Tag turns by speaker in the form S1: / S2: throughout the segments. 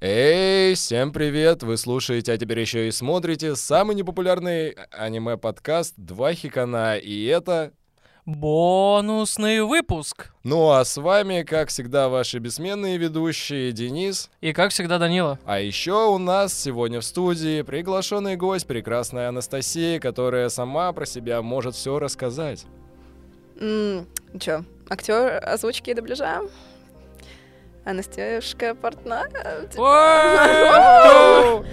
S1: Эй, всем привет! Вы слушаете, а теперь еще и смотрите самый непопулярный э, аниме-подкаст «Два хикана», и это...
S2: Бонусный выпуск.
S1: Ну а с вами, как всегда, ваши бессменные ведущие Денис.
S2: И как всегда, Данила.
S1: А еще у нас сегодня в студии приглашенный гость, прекрасная Анастасия, которая сама про себя может все рассказать.
S3: М, ну чё, актер озвучки и дубляжа? Анастасия Портная?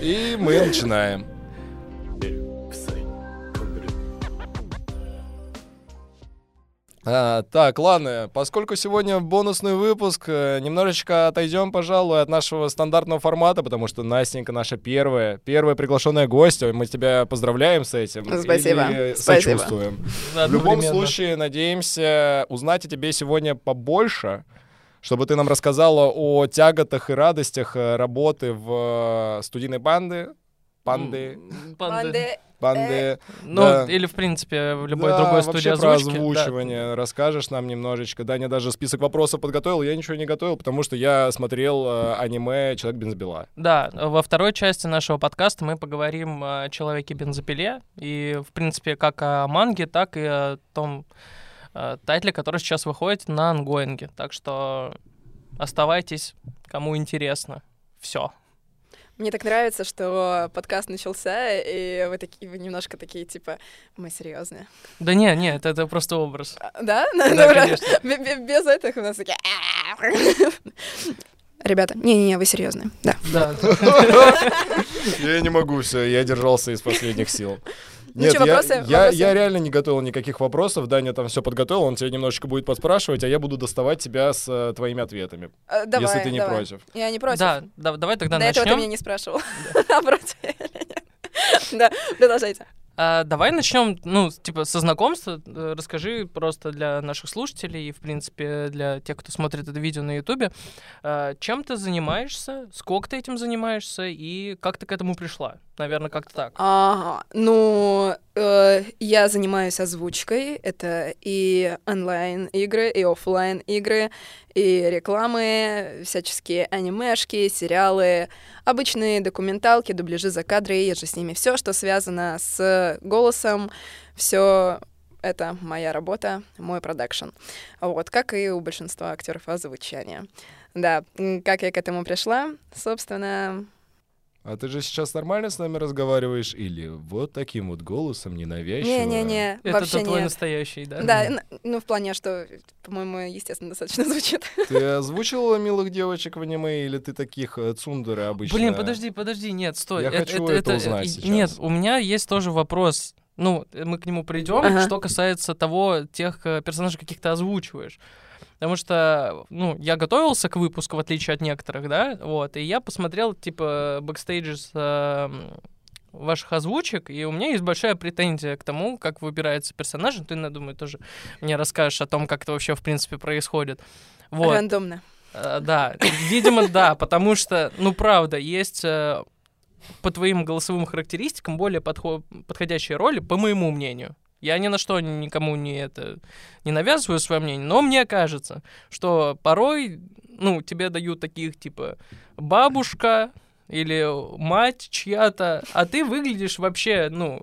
S1: И мы начинаем. А, так, ладно, поскольку сегодня бонусный выпуск, э, немножечко отойдем, пожалуй, от нашего стандартного формата, потому что Настенька наша первая, первая приглашенная гостья, мы тебя поздравляем с этим.
S3: Спасибо,
S1: и
S3: спасибо.
S1: сочувствуем. В любом
S2: Одновременно.
S1: случае, надеемся узнать о тебе сегодня побольше, чтобы ты нам рассказала о тяготах и радостях э, работы в э, студийной банды, панды,
S2: М, панды.
S3: Банды.
S1: банды,
S2: Ну,
S1: Да.
S2: или, в принципе, в любой
S1: Да,
S2: другой
S1: вообще
S2: студии
S1: про
S2: озвучки. да.
S1: озвучивание расскажешь нам немножечко. Даня даже список вопросов подготовил, я ничего не готовил, потому что я смотрел э, аниме «Человек бензобила».
S2: Да, во второй части нашего подкаста мы поговорим о человеке-бензопиле и, в принципе, как о манге, так и о том э, тайтле, который сейчас выходит на ангоинге. Так что оставайтесь, кому интересно. Все.
S3: Мне так нравится, что подкаст начался, и вы такие, вы немножко такие, типа, мы серьезные.
S2: Да не, не, это, это просто образ.
S3: Да?
S2: Да,
S3: Добра-
S2: конечно.
S3: бе- бе- Без этих у нас такие... Ребята, не-не-не, вы серьезные, да.
S2: Да.
S1: Я не могу все, я держался из последних сил.
S3: Ну
S1: Нет,
S3: чё,
S1: я,
S3: вопросы?
S1: я-
S3: Вопросы?
S1: я реально не готовил никаких вопросов. Даня там все подготовил, он тебя немножечко будет подспрашивать, а я буду доставать тебя с э, твоими ответами,
S3: А, Давай,
S1: если ты не
S3: давай.
S1: против.
S3: Я не против.
S2: Да, да, давай тогда
S3: До этого ты
S2: начнем.
S3: меня не спрашивал. А против я или нет? Да, продолжайте.
S2: А, давай начнем, ну, с- типа, со знакомства. Э, Расскажи просто для наших слушателей и, в принципе, для тех, кто смотрит это видео на Ютубе, э, чем ты занимаешься, сколько ты этим занимаешься и как ты к этому пришла? Наверное, как-то
S3: А,
S2: так.
S3: Ага, ну, э, я занимаюсь озвучкой. Это и онлайн-игры, и оффлайн-игры, и рекламы, всяческие анимешки, сериалы, обычные документалки, дубляжи за кадры, и я же с ними все, что связано с голосом, все это моя работа, мой продакшн. Вот, как и у большинства актеров озвучания. Да, м, как я к этому пришла, собственно,
S1: А ты же сейчас нормально с нами разговариваешь или вот таким вот голосом ненавязчиво?
S3: не-не-не,
S2: Это
S3: вообще
S2: тот твой
S3: нет.
S2: настоящий, да?
S3: Да, н- ну в плане, что, по-моему, естественно, достаточно звучит.
S1: Ты озвучивала милых девочек в аниме или ты таких э, цундеры обычно?
S2: Блин, подожди, подожди, нет, стой.
S1: Я
S2: Э-
S1: хочу это узнать
S2: э,
S1: сейчас.
S2: Нет, у меня есть тоже вопрос. Ну, э, мы к нему придем,
S3: Ага.
S2: что касается того, тех э, персонажей, каких ты озвучиваешь. Потому что, ну, я готовился к выпуску, в отличие от некоторых, да, вот, и я посмотрел, типа, бэкстейджи с эм, ваших озвучек, и у меня есть большая претензия к тому, как выбирается персонаж. Ну, Ты, я думаю, тоже мне расскажешь о том, как это вообще, в принципе, происходит. Вот.
S3: Рандомно.
S2: Э, Да, видимо, да, потому что, ну, правда, есть э, по твоим голосовым характеристикам более подхо- подходящие роли, по моему мнению. Я ни на что ни- никому не это не навязываю свое мнение, но мне кажется, что порой, ну, тебе дают таких типа бабушка или мать чья-то, а ты выглядишь вообще, ну,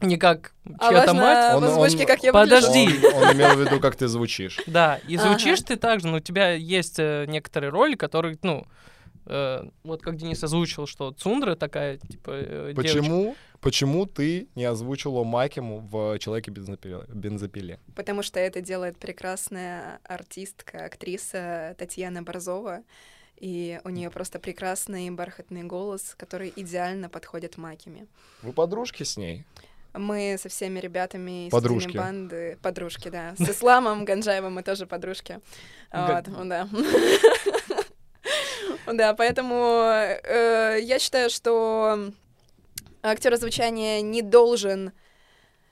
S2: не как
S3: А
S2: чья-то мать.
S3: важно
S1: Он-
S3: в озвучке,
S1: он-
S3: как я
S2: Подожди.
S1: Он, он имел в виду, как ты звучишь.
S2: Да, и
S3: Ага.
S2: звучишь ты так же, но у тебя есть э, некоторые роли, которые, ну, э, вот как Денис озвучил, что Цундра такая, типа, э, девочка.
S1: Почему? Почему ты не озвучила Макиму в человеке бензопиле? бензопиле?
S3: выгляжу, Потому что это делает прекрасная артистка, актриса Татьяна Борзова. И у нее просто прекрасный бархатный голос, который идеально подходит Макиме.
S1: Вы подружки с ней?
S3: Мы со всеми ребятами из
S1: Подружки.
S3: «Студийной банды, подружки, да. С Исламом Ганджаевым мы тоже подружки.
S2: Га-
S3: Вот, да. Да, поэтому э, я считаю, что актер озвучания не должен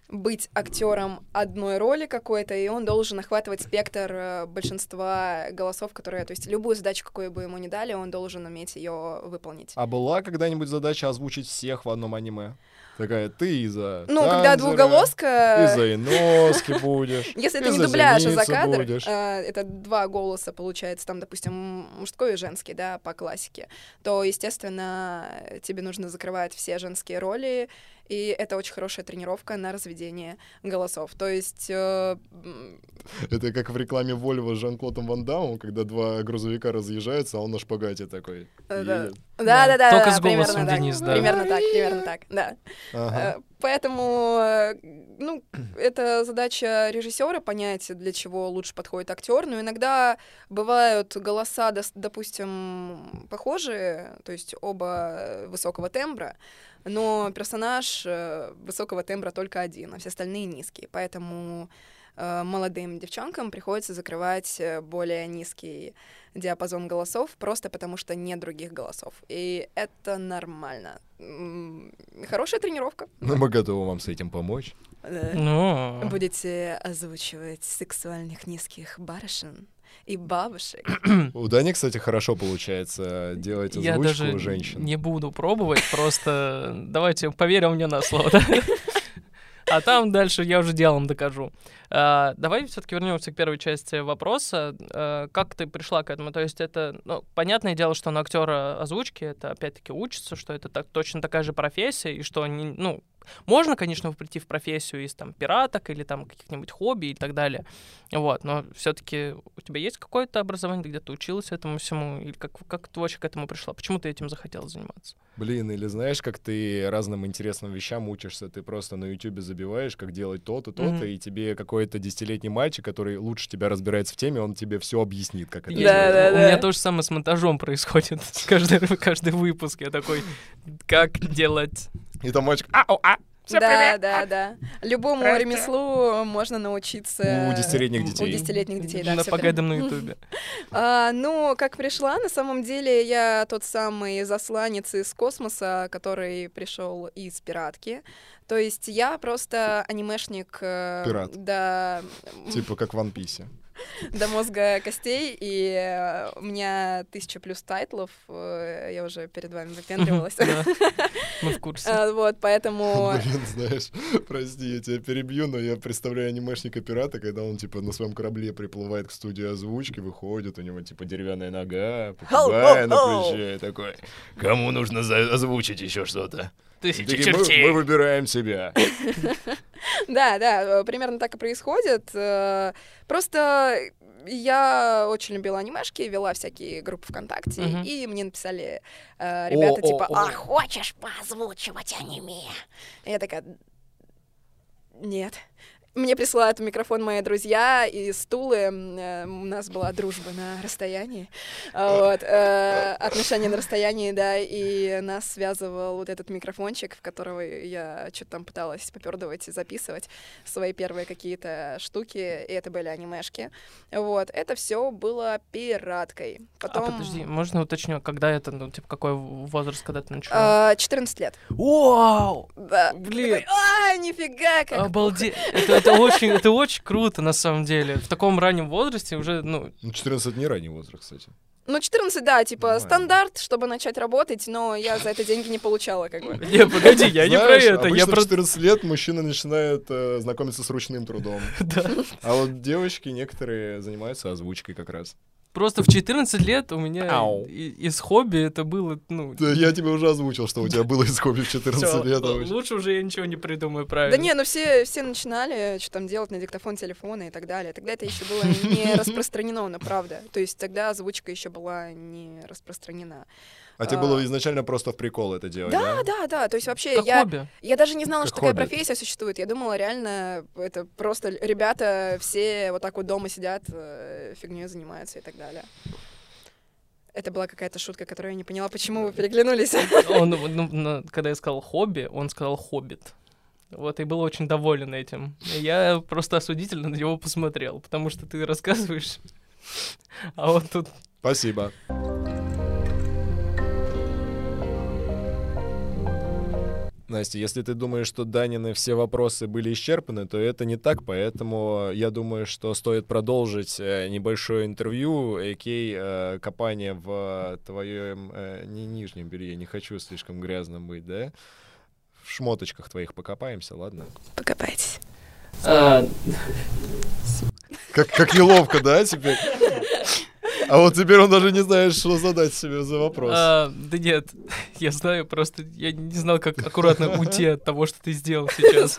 S3: быть актером одной роли какой-то, и он должен охватывать спектр э, большинства голосов, которые, то есть любую задачу, какую бы ему ни дали, он должен уметь ее выполнить.
S1: А была когда-нибудь задача озвучить всех в одном аниме? Такая, ты из-за
S3: Ну, когда э, двухголоска,
S1: Из-за иноски будешь.
S3: если
S1: и
S3: ты не
S1: за
S3: дубляешь, а за
S1: зеницу
S3: кадр,
S1: будешь.
S3: э, это два голоса получается, там, допустим, мужской и женский, да, по классике, то, естественно, тебе нужно закрывать все женские роли, и это очень хорошая тренировка на разведение голосов. То есть э, м,
S1: Это как в рекламе Volvo с Жан-Клодом Ван Дамом, когда два грузовика разъезжаются, а он на шпагате такой.
S3: э, да.
S1: едет.
S3: Да, да, да.
S2: Только с
S3: примерно
S2: голосом,
S3: так.
S2: Денис, да.
S3: Примерно так, примерно так, да.
S1: Ага.
S3: Э, Поэтому, э, ну, это задача режиссера понять, для чего лучше подходит актер. Но иногда бывают голоса, дос- допустим, похожие, то есть оба высокого тембра, но персонаж э, высокого тембра только один, а все остальные низкие. Поэтому э, молодым девчонкам приходится закрывать э, более низкий диапазон голосов, просто потому что нет других голосов. И это нормально. М, Хорошая тренировка.
S1: Ну, мы готовы вам с этим помочь.
S3: Э,
S2: Ну,
S3: Будете озвучивать сексуальных низких барышень и бабушек.
S1: У Дани, кстати, хорошо получается делать
S2: я даже
S1: озвучку женщин.
S2: не буду пробовать, просто давайте поверим мне на слово. да? А там дальше я уже делом докажу. А, Давай все-таки вернемся к первой части вопроса. А, Как ты пришла к этому? То есть это, ну, понятное дело, что на актера озвучки это опять-таки учится, что это так, точно такая же профессия, и что, они, ну, можно, конечно, прийти в профессию из там пираток или там каких-нибудь хобби и так далее. Вот, но все-таки у тебя есть какое-то образование, ты где-то училась этому всему, или как, как ты вообще к этому пришла? Почему ты этим захотела заниматься?
S1: Блин, или знаешь, как ты разным интересным вещам учишься, ты просто на Ютубе забиваешь, как делать то-то, то-то,
S2: Мгм.
S1: и тебе какой-то десятилетний мальчик, который лучше тебя разбирается в теме, он тебе все объяснит, как это
S2: Я-
S1: делать.
S3: да,
S2: у
S3: да.
S2: меня то же самое с монтажом происходит. Каждый, каждый выпуск я такой, как делать?
S1: И там мальчик, ау, а, Всё,
S3: Да,
S1: привет.
S3: да, да. Любому ремеслу можно научиться.
S1: у десятилетних
S2: у
S1: детей.
S3: У десятилетних детей, да.
S2: на
S3: всё
S2: погодом на
S3: верно.
S2: Ютубе.
S3: А, ну, как пришла, на самом деле я тот самый засланец из космоса, который пришел из пиратки. То есть я просто анимешник э,
S1: Пират.
S3: до,
S1: Типа как в One Piece.
S3: до мозга костей, и э, у меня тысяча плюс тайтлов, э, я уже перед вами выпендривалась.
S2: Да, Мы в курсе.
S3: А, Вот, поэтому...
S1: Блин, знаешь, прости, я тебя перебью, но я представляю анимешника пирата, когда он типа на своем корабле приплывает к студии озвучки, выходит, у него типа деревянная нога, попугай на
S3: Хо-хо-хо!
S1: плече, и такой. Кому нужно за- озвучить еще что-то?
S2: Тысячи
S1: Такие, «Мы- Мы
S2: чертей.
S1: выбираем себя.
S3: Да, да, э, примерно так и происходит. Э, Просто я очень любила анимешки, вела всякие группы ВКонтакте,
S2: Мгм.
S3: и мне написали э, ребята
S1: О,
S3: типа,
S1: о, о.
S3: а хочешь поозвучивать аниме? И я такая, нет. Мне присылают в микрофон мои друзья и стулы. М, э, У нас была дружба на расстоянии. А, Вот, э, отношения на расстоянии, да, и нас связывал вот этот микрофончик, в которого я что-то там пыталась попердывать и записывать свои первые какие-то штуки, и это были анимешки. Вот, это все было пираткой.
S2: А
S3: Потом...
S2: подожди, можно уточню, когда это, ну, типа, какой возраст, когда ты начала?
S3: э, 14 лет.
S2: Вау!
S3: Да.
S2: Блин.
S3: Такой, А, нифига, как
S2: Обалдеть. Это, это очень, это очень круто, на самом деле. В таком раннем возрасте уже, ну,
S1: Ну, 14 не ранний возраст, кстати.
S3: Ну, 14, да, типа,
S1: Нормально.
S3: стандарт, чтобы начать работать, но я за это деньги не получала, как бы.
S2: не, погоди, я не про
S1: Знаешь,
S2: это, я
S1: обычно
S2: про...
S1: в 14 лет мужчины начинают э, знакомиться с ручным трудом.
S2: Да.
S1: А вот девочки некоторые занимаются озвучкой как раз.
S2: Просто в 14 лет у меня
S1: Ау.
S2: и- из хобби это было, ну...
S1: Да, Я тебе уже озвучил, что у тебя было из хобби в 14
S2: всё,
S1: лет.
S2: л-
S1: вообще.
S2: лучше уже я ничего не придумаю, правильно?
S3: Да не, ну все, все начинали э, что там делать на диктофон телефона и так далее. Тогда это еще было не распространено, но правда. То есть тогда озвучка еще была не распространена.
S1: А тебе
S3: а-
S1: было изначально просто в прикол это делать,
S3: Да, да, да. То есть вообще
S2: Как
S3: я,
S2: хобби.
S3: я даже не знала,
S1: Как
S3: что такая
S1: хобби.
S3: профессия существует. Я думала, реально, это просто л- ребята все вот так вот дома сидят, э, фигней занимаются и так далее. Это была какая-то шутка, которую я не поняла, почему вы переглянулись.
S2: Он, ну, на- когда я сказал хобби, он сказал хоббит. Вот, и был очень доволен этим. Я просто осудительно на него посмотрел, потому что ты рассказываешь, а вот тут
S1: Спасибо. Настя, если ты думаешь, что Данины все вопросы были исчерпаны, то это не так, поэтому я думаю, что стоит продолжить э, небольшое интервью, экей э, копание в э, твоем э, не нижнем белье, не хочу слишком грязным быть, да? В шмоточках твоих покопаемся, ладно?
S3: Покопайтесь.
S2: А,
S1: Как, как неловко, да, теперь? А вот теперь он даже не знает, что задать себе за вопрос.
S2: а, да нет, я знаю, просто я не знал, как аккуратно уйти от того, что ты сделал сейчас.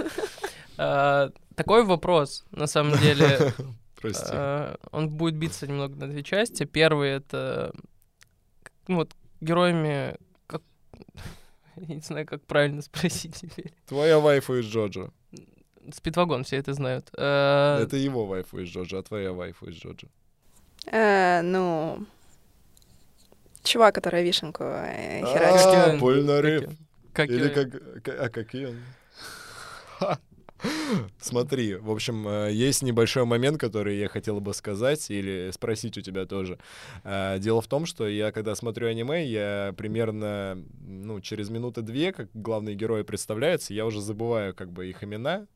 S2: А, такой вопрос, на самом деле.
S1: Прости.
S2: Э, Он будет биться немного на две части. Первый это ну вот героями как я не знаю, как правильно спросить теперь.
S1: Твоя вайфу из Джоджо.
S2: Спидвагон, все это знают.
S3: А.
S2: Э,
S1: Это его вайфу из Джоджо, а твоя вайфу из Джоджо.
S3: Э, ну, чувак, который вишенку э, херачит.
S1: А,
S2: Как его-
S1: больно
S2: как
S1: рыб.
S2: его- Как
S1: Или
S2: его-
S1: как... к- А какие он? Ха. Смотри, в общем, э, есть небольшой момент, который я хотел бы сказать или спросить у тебя тоже. Э, Дело в том, что я, когда смотрю аниме, я примерно, ну, через минуты две, как главные герои представляются, я уже забываю как бы их имена,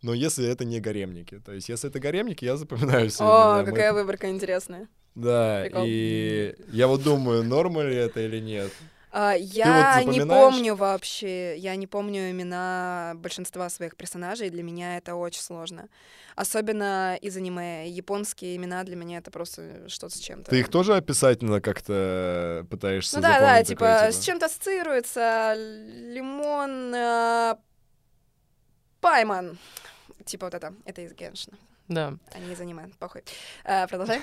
S1: но если это не гаремники. То есть, если это гаремники, я запоминаю все
S3: О,
S1: имена. Мы-
S3: какая выборка интересная.
S1: Да,
S3: прикол.
S1: и я вот думаю, норма ли это или нет.
S3: А, я
S1: вот
S3: не
S1: запоминаешь?
S3: помню вообще, я не помню имена большинства своих персонажей, для меня это очень сложно. Особенно из аниме. Японские имена для меня это просто что-то с чем-то.
S1: Ты их тоже описательно как-то пытаешься
S3: Ну да, да,
S1: запомнить,
S3: типа,
S1: такое,
S3: с чем-то ассоциируется лимон э, Пайман. Типа вот это, это из Геншина,
S2: Да.
S3: а не из аниме, похуй. Э, продолжай.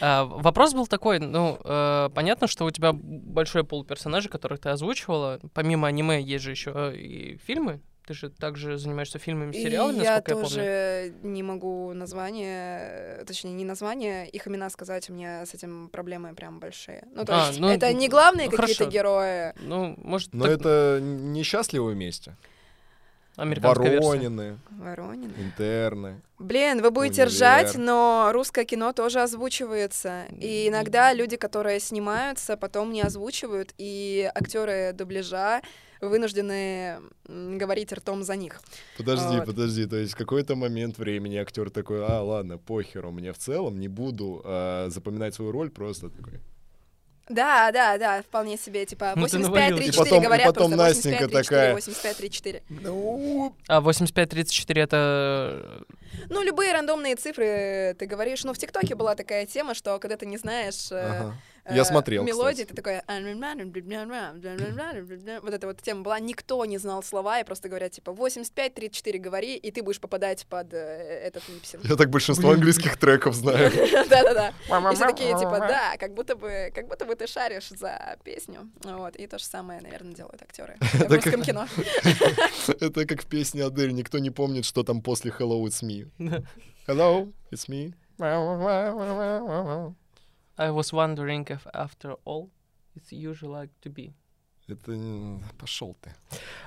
S2: А, вопрос был такой, ну, э, понятно, что у тебя большой пол персонажей, которых ты озвучивала. Помимо аниме есть же еще и фильмы. Ты же также занимаешься фильмами,
S3: И
S2: сериалами,
S3: я
S2: насколько я помню.
S3: тоже не могу название, э, точнее, не название, их имена сказать, у меня с этим проблемы прям большие. Ну, то
S2: А,
S3: есть,
S2: ну,
S3: это не главные
S2: ну,
S3: какие-то
S2: хорошо.
S3: герои.
S2: Ну, может,
S1: Но
S2: так
S1: это несчастливое вместе.
S2: американская версия.
S1: Воронины,
S3: Воронин.
S1: интерны.
S3: Блин, вы будете
S1: Универ.
S3: ржать, но русское кино тоже озвучивается. И иногда люди, которые снимаются, потом не озвучивают, и актеры дубляжа вынуждены м, говорить ртом за них.
S1: Подожди,
S3: Вот.
S1: подожди, то есть в какой-то момент времени актер такой, а, ладно, похеру, мне в целом не буду а, запоминать свою роль, просто такой.
S3: Да, да, да, вполне себе, типа,
S2: Ну ты
S3: 85
S2: навалил. И
S3: 34
S1: потом- и
S3: говорят,
S1: потом
S3: просто
S1: Настенька
S3: 85-34,
S1: такая.
S3: 85-34.
S1: Ну,
S2: А 85-34 это...
S3: Ну, любые рандомные цифры ты говоришь. Ну, в ТикТоке была такая тема, что когда ты не знаешь э,
S1: ага.
S3: э,
S1: Я смотрел,
S3: мелодии, ты такой... «Ам-ам-ам-ам-ам-ам-ам-ам-ам-ам-ам-ам-ам-ам». Вот эта вот тема была. Никто не знал слова, и просто говорят, типа, 85-34 говори, и ты будешь попадать под э, этот липсинг.
S1: Я так большинство
S2: Блин.
S1: английских треков знаю.
S3: Да-да-да. И все такие, типа, да, как будто бы, как будто бы ты шаришь за песню. Вот. И то же самое, наверное, делают актеры в
S1: Так-
S3: русском кино.
S1: Это как в песне Адель, никто не помнит, что там после Hello, it's me.
S2: Да.
S1: Hello, it's me.
S2: э, I was wondering if after all it's usually like to be.
S1: Это... м, Пошел ты.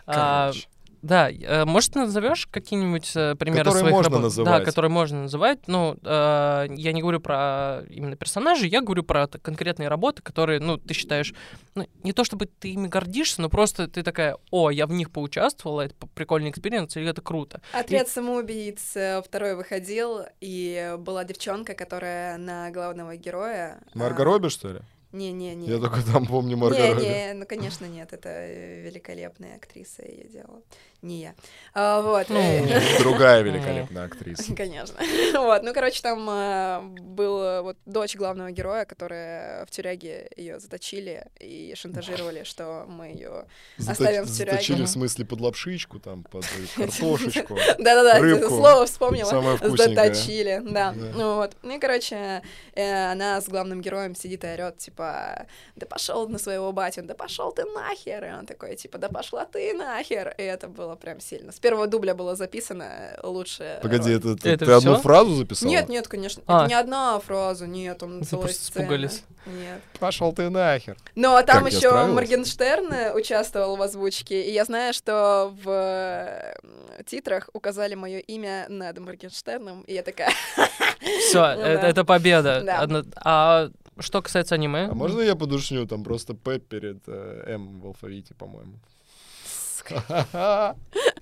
S2: А,
S1: Короче.
S2: да, э, может, назовешь какие-нибудь э, примеры
S1: Которые
S2: своих
S1: можно
S2: работ?
S1: называть.
S2: Да, которые можно называть. Ну, э, я не говорю про именно персонажей, я говорю про т- конкретные работы, которые, ну, ты считаешь, ну, не то чтобы ты ими гордишься, но просто ты такая, о, я в них поучаствовала, это п- прикольный экспириенс, или это круто.
S3: Отряд самоубийц э, второй выходил, и была девчонка, которая на главного героя.
S1: Марго
S3: а,
S1: Робби, что ли?
S3: Не-не-не.
S1: Я только там помню Марго
S3: не,
S1: Робби.
S3: не, ну конечно нет, это э, великолепная актриса ее делала, не я. А, вот.
S2: Ну,
S3: э,
S1: Другая великолепная актриса.
S3: Конечно. Вот, ну, короче, там а, была вот дочь главного героя, которая в тюряге ее заточили и шантажировали, что мы ее. Оставим в тюряге.
S1: заточили, в смысле, под лапшичку, там, под э, картошечку.
S3: Да-да-да,
S1: Рыбку.
S3: слово вспомнила.
S1: Самое вкусненькое.
S3: Заточили, да.
S1: Да.
S3: Ну вот. Ну и, короче, э, она с главным героем сидит и орет, типа, да пошел на своего батю, да пошел ты нахер. И он такой, типа, да пошла ты нахер. И это было прям сильно. С первого дубля было записано лучше.
S1: Погоди,
S3: роль.
S1: это, ты-
S2: Это
S1: ты одну
S2: всё?
S1: фразу записал?
S3: Нет, нет, конечно.
S2: А.
S3: Это не одна фраза, нет, там
S2: просто
S3: целая Ну, сцена.
S2: испугались.
S3: Нет.
S1: Пошел ты нахер.
S3: Но там
S1: Как, я
S3: еще
S1: справилась?
S3: Моргенштерн э, участвовал в озвучке, и я знаю, что в э, м, титрах указали мое имя над Моргенштерном, и я такая,
S2: Все,
S3: Ну
S2: это,
S3: да.
S2: э, это победа.
S3: Да.
S2: Одно- А что касается аниме?
S1: А можно я подушню? Там просто П перед э, М в алфавите, по-моему.
S3: русская.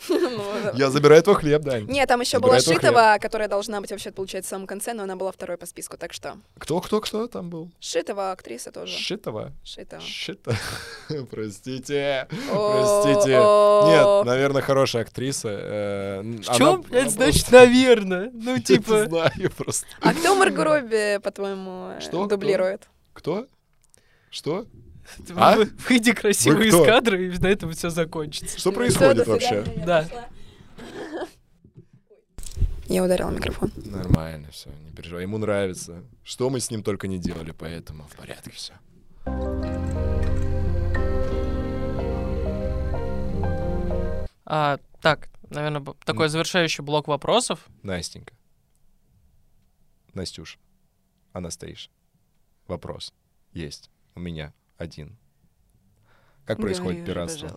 S3: Ну,
S1: Я забираю твой хлеб, Дань.
S3: Нет, там еще была
S1: Забирает твой
S3: Шитова, которая должна быть вообще, получается, в самом конце, но она была второй по списку, так что...
S1: Кто, кто, кто там был?
S3: Шитова актриса тоже.
S1: Шитова?
S3: Шитова.
S1: Шита. Простите.
S3: О,
S1: Простите.
S3: о.
S1: Нет, наверное, хорошая актриса. э, н- она-
S2: Чё,
S1: она
S2: блядь, значит,
S1: была-
S2: наверное? Ну,
S1: Я не
S2: типа...
S1: знаю просто.
S3: А кто Марго Робби, по-твоему, э,
S1: Что? Кто?
S3: дублирует?
S1: Кто? Что? А?
S2: вы- Выйди красиво
S1: Вы
S2: из
S1: кто?
S2: кадра, и на этом все закончится.
S1: Что
S3: Ну, Всё,
S1: происходит
S3: до
S1: вообще?
S3: свидания, я
S2: Да.
S3: пошла. Я ударила микрофон.
S1: Нормально, все, не переживай. Ему нравится. Что мы с ним только не делали, поэтому в порядке все.
S2: А, так, наверное, б- такой завершающий блок вопросов.
S1: Настенька. Настюш. Анастейш. Вопрос. Есть. У меня один. Как происходит пиратство?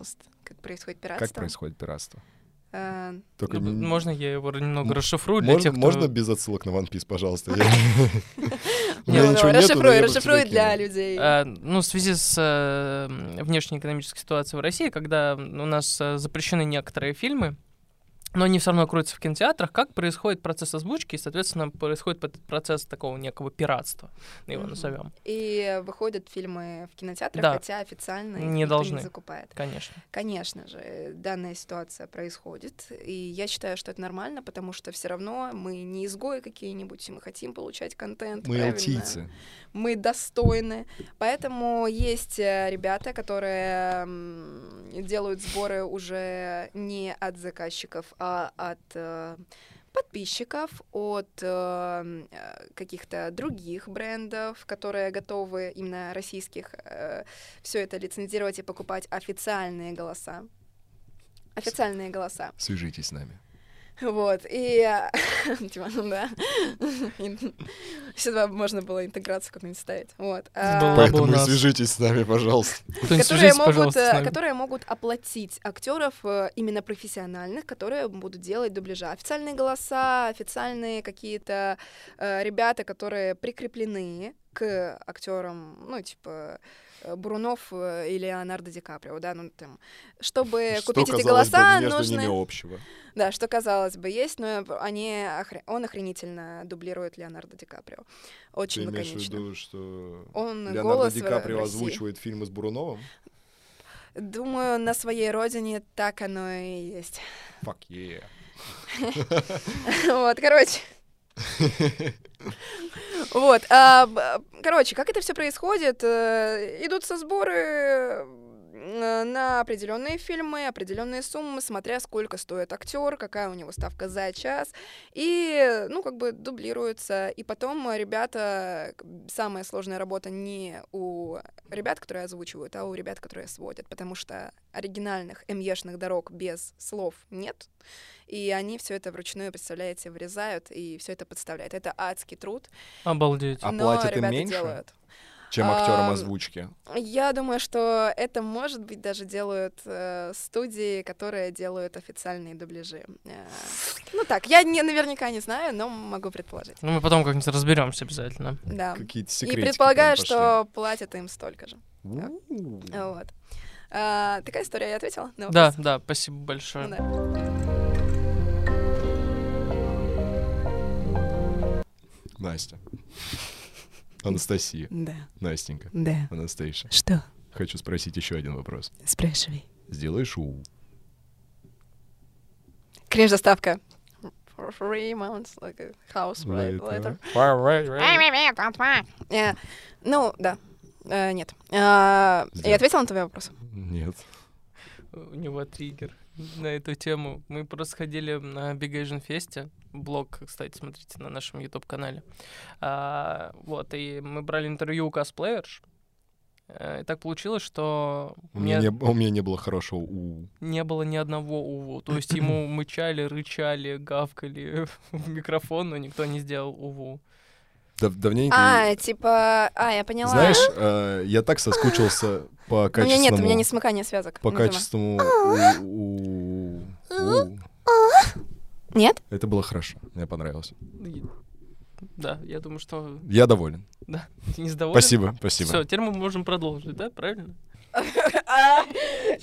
S3: Как происходит
S1: Как
S3: пиратство?
S1: происходит пиратство?
S3: Э,
S1: Только
S2: Ну,
S1: не-
S2: Можно я его немного
S1: М-
S2: расшифрую для
S1: Можно,
S2: тех, кто...
S1: можно без отсылок на One Piece, пожалуйста? Я- У
S3: ну,
S1: меня ничего
S3: давай,
S1: нету, но
S3: Расшифруй,
S1: я бы
S3: расшифруй
S1: тебя
S3: для
S1: кинул.
S3: людей.
S2: Э, Ну, в связи с э, м, внешней экономической ситуацией в России, когда у нас э, запрещены некоторые фильмы, но они все равно крутятся в кинотеатрах, как происходит процесс озвучки, и, соответственно, происходит под- процесс такого некого пиратства, ну, его
S3: Мгм.
S2: назовем,
S3: И выходят фильмы в кинотеатрах,
S2: Да.
S3: хотя официально их
S2: Не
S3: никто
S2: должны.
S3: не закупает.
S2: конечно.
S3: Конечно же, э, данная ситуация происходит, и я считаю, что это нормально, потому что все равно мы не изгои какие-нибудь, и мы хотим получать контент.
S1: Мы
S3: правильно?
S1: алтийцы.
S3: мы достойны. Поэтому есть э, ребята, которые м, делают сборы уже не от заказчиков, а от э, подписчиков, от э, м, э, каких-то других брендов, которые готовы именно российских все это лицензировать и покупать официальные голоса. Официальные голоса.
S1: Свяжитесь с нами.
S3: Вот, и... э, Типа, ну да. Сюда можно было интеграцию какую-нибудь ставить. Вот. а,
S2: Была бы у
S1: Поэтому и
S2: нас.
S1: свяжитесь с нами, пожалуйста.
S2: Кто-нибудь
S3: Которые
S2: свяжитесь,
S3: могут,
S2: пожалуйста, с
S3: э,
S2: нами.
S3: которые могут оплатить актеров э, именно профессиональных, которые будут делать дубляжа. Официальные голоса, официальные какие-то э, ребята, которые прикреплены к актерам, ну, типа э, Бурунов э, или Леонардо Ди Каприо, да, ну там, чтобы
S1: Что,
S3: купить эти
S1: казалось бы,
S3: Э, голоса,
S1: между
S3: нужны...
S1: ними общего?
S3: Да, что казалось бы есть, но они охре- он охренительно дублирует Леонардо Ди Каприо. Очень
S1: Ты имеешь в
S3: лаконично.
S1: виду, что
S3: Он
S1: Леонардо
S3: голос
S1: Ди
S3: в
S1: Каприо
S3: России.
S1: озвучивает фильмы с Буруновым?
S3: Думаю, на своей родине так оно и есть.
S1: Fuck yeah.
S3: Вот, короче. Вот, а, б- короче, как это все происходит? Э, Идут со сборы э, на определенные фильмы, определенные суммы, смотря сколько стоит актер, какая у него ставка за час, и, ну, как бы дублируется. И потом э, ребята, к- самая сложная работа не у ребят, которые озвучивают, а у ребят, которые сводят, потому что оригинальных МЕшных дорог без слов нет, и они все это вручную, представляете, вырезают и все это подставляют. Это адский труд,
S2: Обалдеть.
S1: А
S3: но
S1: платят им
S3: ребята
S1: меньше?
S3: делают.
S1: Чем актерам
S3: Ам,
S1: озвучки?
S3: Я думаю, что это, может быть, даже делают э, студии, которые делают официальные дубляжи. Э, ну так, я не, наверняка не знаю, но могу предположить.
S2: Ну, мы потом как-нибудь разберемся обязательно.
S3: Да.
S1: Какие-то
S3: И
S1: секретики.
S3: предполагаю,
S1: прям
S3: что платят им столько же.
S1: пошли. У-у-у.
S3: Вот. А, такая история, я ответила? на
S2: Да,
S3: вопрос?
S2: да, спасибо
S3: Ну
S2: большое.
S3: да.
S1: Настя. Анастасия.
S3: Да,
S1: Настенька.
S3: да.
S1: Анастейша.
S3: Что?
S1: Хочу спросить еще один вопрос.
S3: Спрашивай.
S1: Сделай шоу.
S3: Кринж-заставка. For three months, like a house right later. Э, ну, да. Э, нет. Э,
S1: Да.
S3: я ответила на твой вопрос.
S1: Нет.
S2: У него триггер на эту тему. Мы просто ходили на Big Asian Fest, блог, кстати, смотрите на нашем YouTube-канале. А, вот, и мы брали интервью у косплеерш. Э, И так получилось, что
S1: У
S2: у
S1: меня,
S2: меня
S1: не, у меня не было хорошего у.
S2: не было ни одного уву. То есть ему мычали, рычали, гавкали в микрофон, но никто не сделал уву.
S1: Дав- давненько.
S3: А, типа... А, я поняла.
S1: Знаешь, э, я так соскучился по
S3: у меня
S1: качественному.
S3: нет, у меня не А? смыкание связок.
S1: По
S3: Ну, типа.
S1: качественному. у- у- у.
S3: Нет?
S1: Это было хорошо. Мне понравилось.
S2: И- Да, я думаю, что
S1: Я доволен.
S2: ты не доволен.
S1: Спасибо, спасибо.
S2: Все, теперь мы можем продолжить, да, правильно?
S3: А, А,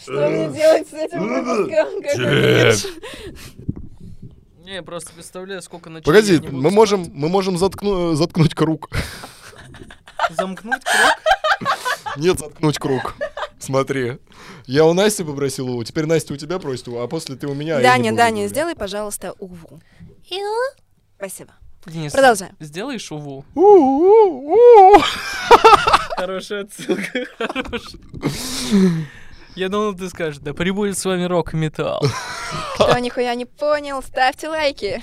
S3: Что мне делать с этим выпуском? Как это
S1: Нет.
S3: лучше?
S2: Не, я просто представляю, сколько ночей...
S1: Погоди,
S2: я не буду
S1: мы
S2: спать.
S1: можем, мы можем заткну- э, заткнуть круг.
S2: Замкнуть круг?
S1: Нет, заткнуть круг. Смотри, я у Насти попросил его, теперь Настя у тебя просит его, а после ты у меня. а я не
S3: Даня,
S1: буду.
S3: Даня, сделай, пожалуйста, уву. Спасибо.
S2: Денис,
S3: Продолжаем.
S2: Сделаешь уву?
S1: У-у-у.
S2: Хорошая отсылка, хорошая. Я думал, ты скажешь, да прибудет с вами рок и металл.
S3: Кто нихуя не понял, ставьте лайки.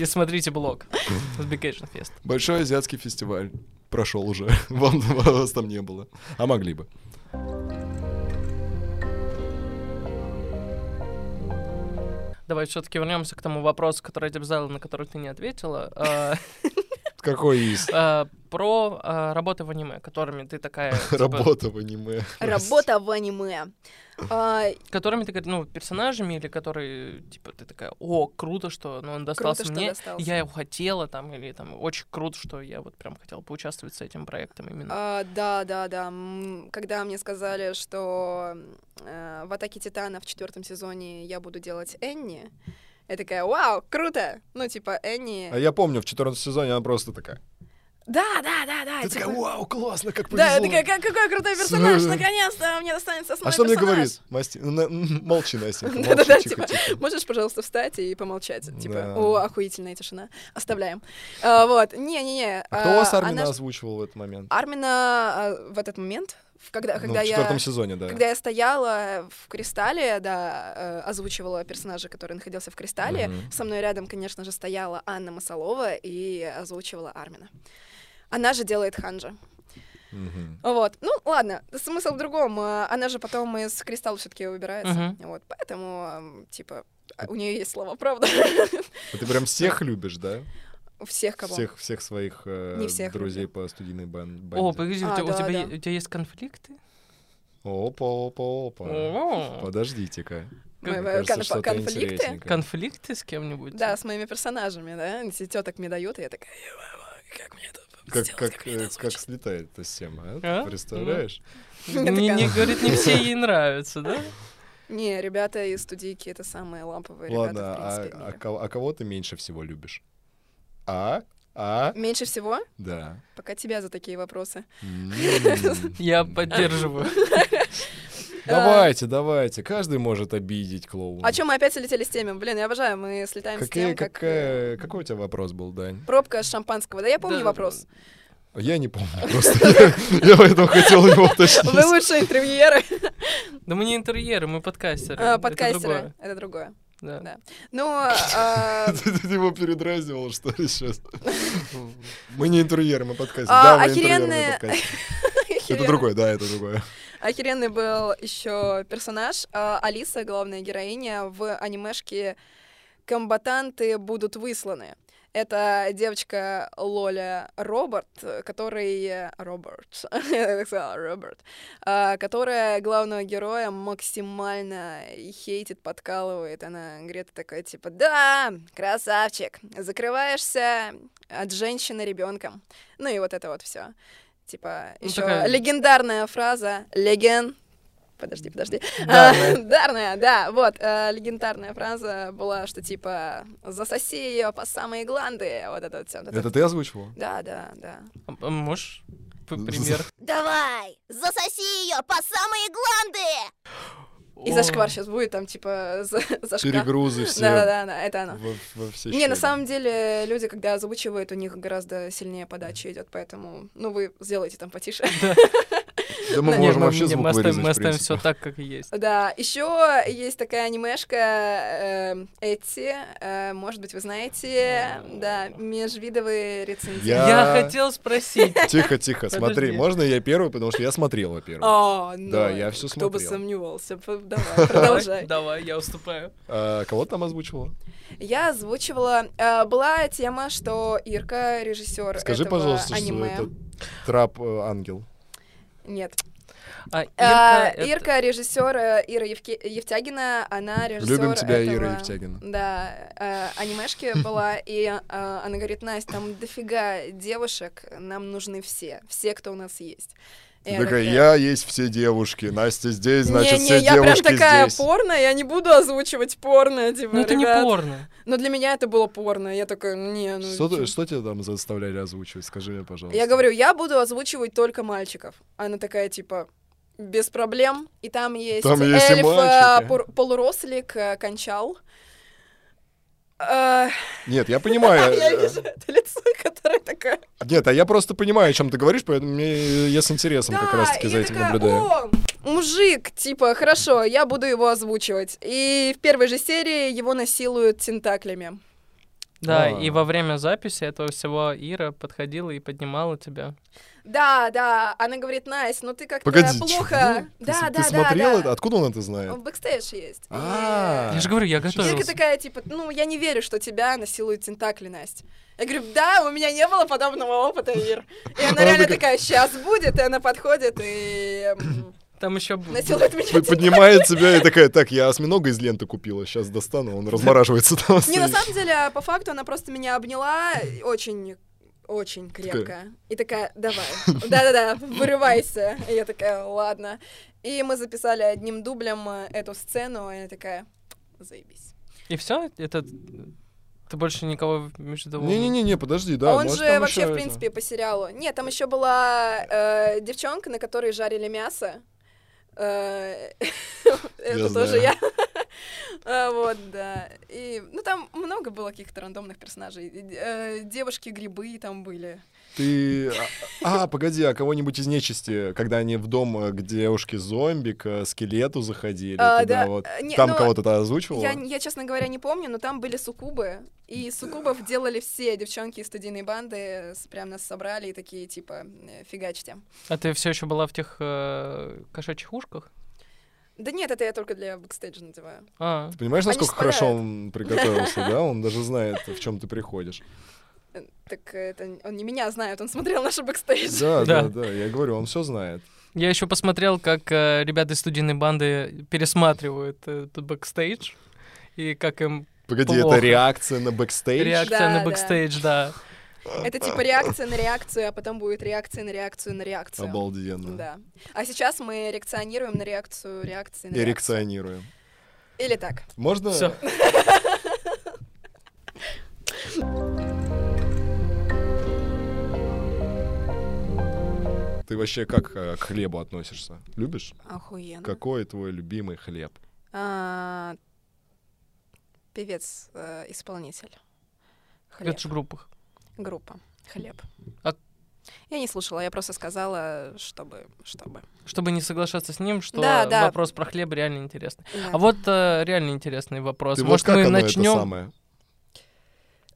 S2: И смотрите блог. Узбекэйшн фест.
S1: Большой азиатский фестиваль прошел уже, вам вас там не было, а могли бы.
S2: Давай все-таки вернемся к тому вопросу, который я тебе задал, на который ты не ответила. А,
S1: Какой из
S2: а, Про а, работы в аниме, которыми ты такая... типа,
S1: работа в аниме?
S3: Работа в аниме. А,
S2: Которыми ты, говоришь, ну, персонажами, или которые, типа, ты такая, о, круто, что ну, он достался
S3: что
S2: мне,
S3: достался».
S2: я его хотела, там, или там, очень круто, что я вот прям хотела поучаствовать с этим проектом именно.
S3: А, да, да, да. М, Когда мне сказали, что э, в Атаке Титана в четвертом сезоне я буду делать Энни, я такая, вау, круто! Ну, типа, Энни.
S1: А я помню, в 14 сезоне она просто такая.
S3: Да, да, да, да.
S1: Ты
S3: типа-
S1: такая, вау, классно, как повезло.
S3: Да, я такая, «Как- какой крутой персонаж!
S1: Слушай.
S3: Наконец-то мне достанется основной
S1: А что мне
S3: персонаж!»
S1: говорит? Масти... на- м, Молчи, Настя.
S3: Да-да-да,
S1: Молчи, тихо,
S3: типа,
S1: тихо.
S3: Можешь, пожалуйста, встать и помолчать? Типа,
S1: Да.
S3: о, охуительная тишина. Оставляем. А, Вот, не-не-не.
S1: А кто у вас
S3: Армина?
S1: Армина озвучивал в этот момент?
S3: Армина а, в этот момент, в-
S1: Ну,
S3: когда, э, когда
S1: в
S3: я...
S1: четвертом сезоне, да.
S3: Когда я стояла в кристалле, да, э, озвучивала персонажа, который находился в кристалле,
S1: Мгм.
S3: со мной рядом, конечно же, стояла Анна Масалова и озвучивала Армина. Она же делает Ханжа.
S1: Мгм.
S3: Вот. Ну, ладно, смысл в другом. Э, Она же потом из кристалла все-таки выбирается. Вот. Поэтому, эм, типа, а, у нее есть слова, правда?
S1: А Ты прям всех любишь, да?
S3: У всех кого.
S1: Всех, всех своих э,
S3: Не всех
S1: друзей
S3: люблю.
S1: по студийной бан-
S2: О,
S1: банде.
S2: погоди, у
S3: А,
S2: тебя- у
S3: да,
S2: тебя
S3: да.
S2: е- у тебя есть конфликты?
S1: Опа, опа, опа.
S2: О,
S1: Подождите-ка.
S3: Мы-
S1: Мне
S3: мы-
S1: кажется,
S3: конф-
S1: что-то
S3: конфликты?
S1: интересненькое.
S2: Конфликты с кем-нибудь?
S3: Да, с моими персонажами, да. Если теток мне дают, и я такая, «Ё-моё, как мне это
S1: Как,
S3: сделать,
S1: как,
S3: мне это
S1: э, как
S3: озвучить?»
S1: слетает эта тема,
S2: А?
S1: а? Ты Представляешь?
S3: Я
S2: Не, не,
S3: такая,
S2: говорит, не все ей нравятся, да?
S3: Не, ребята из студийки это самые ламповые
S1: Ладно,
S3: Ну, ребята, в
S1: а,
S3: принципе, в
S1: а
S3: мире.
S1: кого, а кого ты меньше всего любишь? А? А?
S3: Меньше всего?
S1: Да.
S3: Пока тебя за такие вопросы.
S1: М.
S3: А.
S2: Я поддерживаю.
S1: Давайте, давайте. Каждый может обидеть клоуна.
S3: А чем мы опять слетели с теми? Блин, я обожаю, мы слетаем с
S1: Какая,
S3: тем, как... э,
S1: какая, какой у тебя вопрос был, Дань?
S3: Пробка с шампанского. Да я помню
S2: Да.
S3: вопрос.
S1: Я не помню просто. Я поэтому хотел его
S3: Вы
S1: уточнить.
S3: лучшие интервьюеры,
S2: Да мы не интерьеры, мы подкастеры.
S3: а,
S2: Это
S3: подкастеры.
S2: другое,
S3: Это другое.
S2: да.
S3: Да. Ну, а,
S1: Ты ты его передразнивал, что ли, сейчас? Мы не интерьеры, мы подкасты.
S3: А,
S1: Да, мы интерьерные
S3: охеренные-
S1: подкасты. Это
S3: охеренно.
S1: другое, да, это другое.
S3: Охеренный был еще персонаж. а, Алиса, главная героиня, в анимешке «Комбатанты будут высланы». Это девочка Лоля Роберт, э, который... Роберт. Я так сказала, Роберт. а, Которая главного героя максимально хейтит, подкалывает. Она Грета такая, типа, да, красавчик, закрываешься от женщины ребенком. Ну и вот это вот все. Типа,
S2: Ну,
S3: еще
S2: такая-
S3: легендарная фраза «Леген». Подожди, подожди.
S2: Дарная.
S3: А, Дарная, да, вот, э, легендарная фраза была, что типа «засоси ее по самые гланды», вот это вот всё. вот это-
S1: Это ты озвучивал?
S3: Да, да, да.
S2: А, а Можешь п- пример?
S4: Давай, засоси ее по самые гланды!
S3: И зашквар сейчас будет, там типа за- зашквар.
S1: Перегрузы все.
S3: Да-да-да, да, это оно.
S1: Во, во все
S3: Не,
S1: щели.
S3: на самом деле, люди, когда озвучивают, у них гораздо сильнее подача идет, поэтому, ну, вы сделайте там потише.
S1: Да мы
S3: Не,
S1: можем
S2: мы,
S1: вообще
S2: не,
S1: звук
S2: мы оставим,
S1: вырезать,
S2: мы
S1: в
S2: оставим
S1: принципе.
S2: все так, как и есть.
S3: Да, еще есть такая анимешка э, Эти, э, может быть, вы знаете, да, межвидовые рецензии.
S1: Я-
S2: Я хотел спросить.
S1: Тихо, тихо, смотри,
S2: Подожди.
S1: можно я первый, потому что я смотрел, во-первых.
S3: А, ну,
S1: Да, я всё
S3: Кто бы
S1: смотрел.
S3: сомневался. П- Давай, продолжай.
S2: Давай, я уступаю.
S1: А, Кого ты там озвучивала?
S3: Я озвучивала... э, Была тема, что Ирка, режиссер
S1: Скажи,
S3: этого
S1: пожалуйста, что
S3: аниме...
S1: это трап э, ангел.
S3: Нет.
S2: А, Ирка,
S3: Э,
S2: это-
S3: Ирка, режиссер э, Ира Евке- Евтягина, она режиссер
S1: Любим тебя,
S3: этого...
S1: Ира Евтягина.
S3: Да, э, анимешки была, и э, она говорит, Настя, там дофига девушек, нам нужны все, все, кто у нас есть. И она
S1: Такая, я есть все девушки, Настя здесь, значит,
S3: не,
S1: все
S3: не, я прям
S1: девушки
S3: такая
S1: здесь.
S3: порно, я не буду озвучивать порно, типа,
S2: Ну это не
S3: ребят.
S2: порно.
S3: Но для меня это было порно. Я такая, не, ну...
S1: Что, ты-
S3: чё-
S1: что тебя там заставляли озвучивать? Скажи мне, пожалуйста.
S3: Я говорю, я буду озвучивать только мальчиков. Она такая, типа, без проблем. И там есть,
S1: Там есть и
S3: эльф, э,
S1: мальчики.
S3: пор- полурослик, э, кончал. Э,
S1: Нет, я понимаю.
S3: Я
S1: э,
S3: вижу это лицо, которое такое...
S1: Нет, а я просто понимаю, о чем ты говоришь, поэтому мне, э, я с интересом как
S3: Да,
S1: раз-таки
S3: и
S1: за
S3: я
S1: этим
S3: такая,
S1: наблюдаю.
S3: «О, мужик, типа, хорошо, я буду его озвучивать. И в первой же серии его насилуют тентаклями.
S2: Да,
S1: А.
S2: и во время записи этого всего Ира подходила и поднимала тебя.
S3: Да, да, она говорит, Найс, ну ты как-то
S1: Погоди,
S3: плохо.
S1: чего? ну, Ты
S3: Да,
S1: с-
S3: да,
S1: Ты
S3: да,
S1: смотрела?
S3: да.
S1: это? Откуда он это знает?
S3: В бэкстейдж есть.
S1: Э,
S3: И
S1: А.
S2: Я же говорю, я
S3: Ирка
S2: готовился.
S3: такая, типа, ну, я не верю, что тебя насилуют тентакли, Настя. Я говорю, да, у меня не было подобного опыта, Ир. И она
S1: Она
S3: реально
S1: такая-
S3: такая, сейчас будет, и она подходит и эм,
S2: Там еще
S3: насилует меня.
S1: П- Поднимает тебя и такая, так, я осьминога из ленты купила, сейчас достану, он размораживается там.
S3: Не, на
S1: стоит».
S3: самом деле, а по факту она просто меня обняла и очень очень крепко. И такая, давай, да-да-да, вырывайся. И я такая, ладно. И мы записали одним дублем э, эту сцену, и она такая, заебись.
S2: И все? Это ты больше никого между того.
S1: Не-не-не, подожди, да.
S3: а он
S1: может,
S3: же
S1: там
S3: вообще,
S1: ещё
S3: в
S1: это.
S3: принципе, по сериалу. Нет, там еще была э, девчонка, на которой жарили мясо. Э, Это тоже
S1: знаю.
S3: я. А, Вот, да. И, ну, там много было каких-то рандомных персонажей. Э, Девушки-грибы там были.
S1: Ты... А, а, погоди, а кого-нибудь из нечисти, когда они в дом э, к девушке-зомби, к э, скелету заходили,
S3: А,
S1: туда
S3: да,
S1: вот.
S3: э, не,
S1: Там
S3: ну,
S1: кого-то ты озвучивала?
S3: Я, я, честно говоря, не помню, но там были суккубы, и суккубов делали все девчонки из студийной банды, с- прям нас собрали и такие, типа, э, фигачьте.
S2: А ты все еще была в тех э, кошачьих ушках?
S3: Да нет, это я только для бэкстейджа надеваю.
S2: А.
S1: Ты понимаешь,
S3: Они
S1: насколько
S3: же
S1: хорошо он приготовился, да? Он даже знает, в чем ты приходишь.
S3: Э, Так это он не меня знает, он смотрел наши бэкстейджи.
S1: Да, да,
S2: Да.
S1: да, я говорю, он все знает.
S2: Я еще посмотрел, как э, ребята из студийной банды пересматривают э, этот бэкстейдж. И как им
S1: Погоди, это
S2: Плохо.
S1: реакция на бэкстейдж?
S2: реакция
S3: Да,
S2: на
S3: да.
S2: бэкстейдж, да.
S3: Это типа реакция на реакцию, а потом будет реакция на реакцию на реакцию.
S1: Обалденно.
S3: Да. А сейчас мы реакционируем на реакцию реакции на реакцию.
S1: Эрекционируем.
S3: Или так.
S1: Можно?
S2: Все.
S1: Ты вообще как э, к хлебу относишься? Любишь?
S3: Охуенно.
S1: Какой твой любимый хлеб?
S3: А, певец, э, исполнитель. Хлеб.
S2: В группах.
S3: Группа. Хлеб.
S2: А-
S3: Я не слушала, я просто сказала, чтобы, чтобы.
S2: Чтобы не соглашаться с ним, что
S3: Да, да.
S2: вопрос про хлеб реально интересный.
S3: Да.
S2: А вот э, реально интересный вопрос.
S1: Ты вот
S2: Может,
S1: как
S2: мы
S1: оно это
S2: начнем.
S1: самое?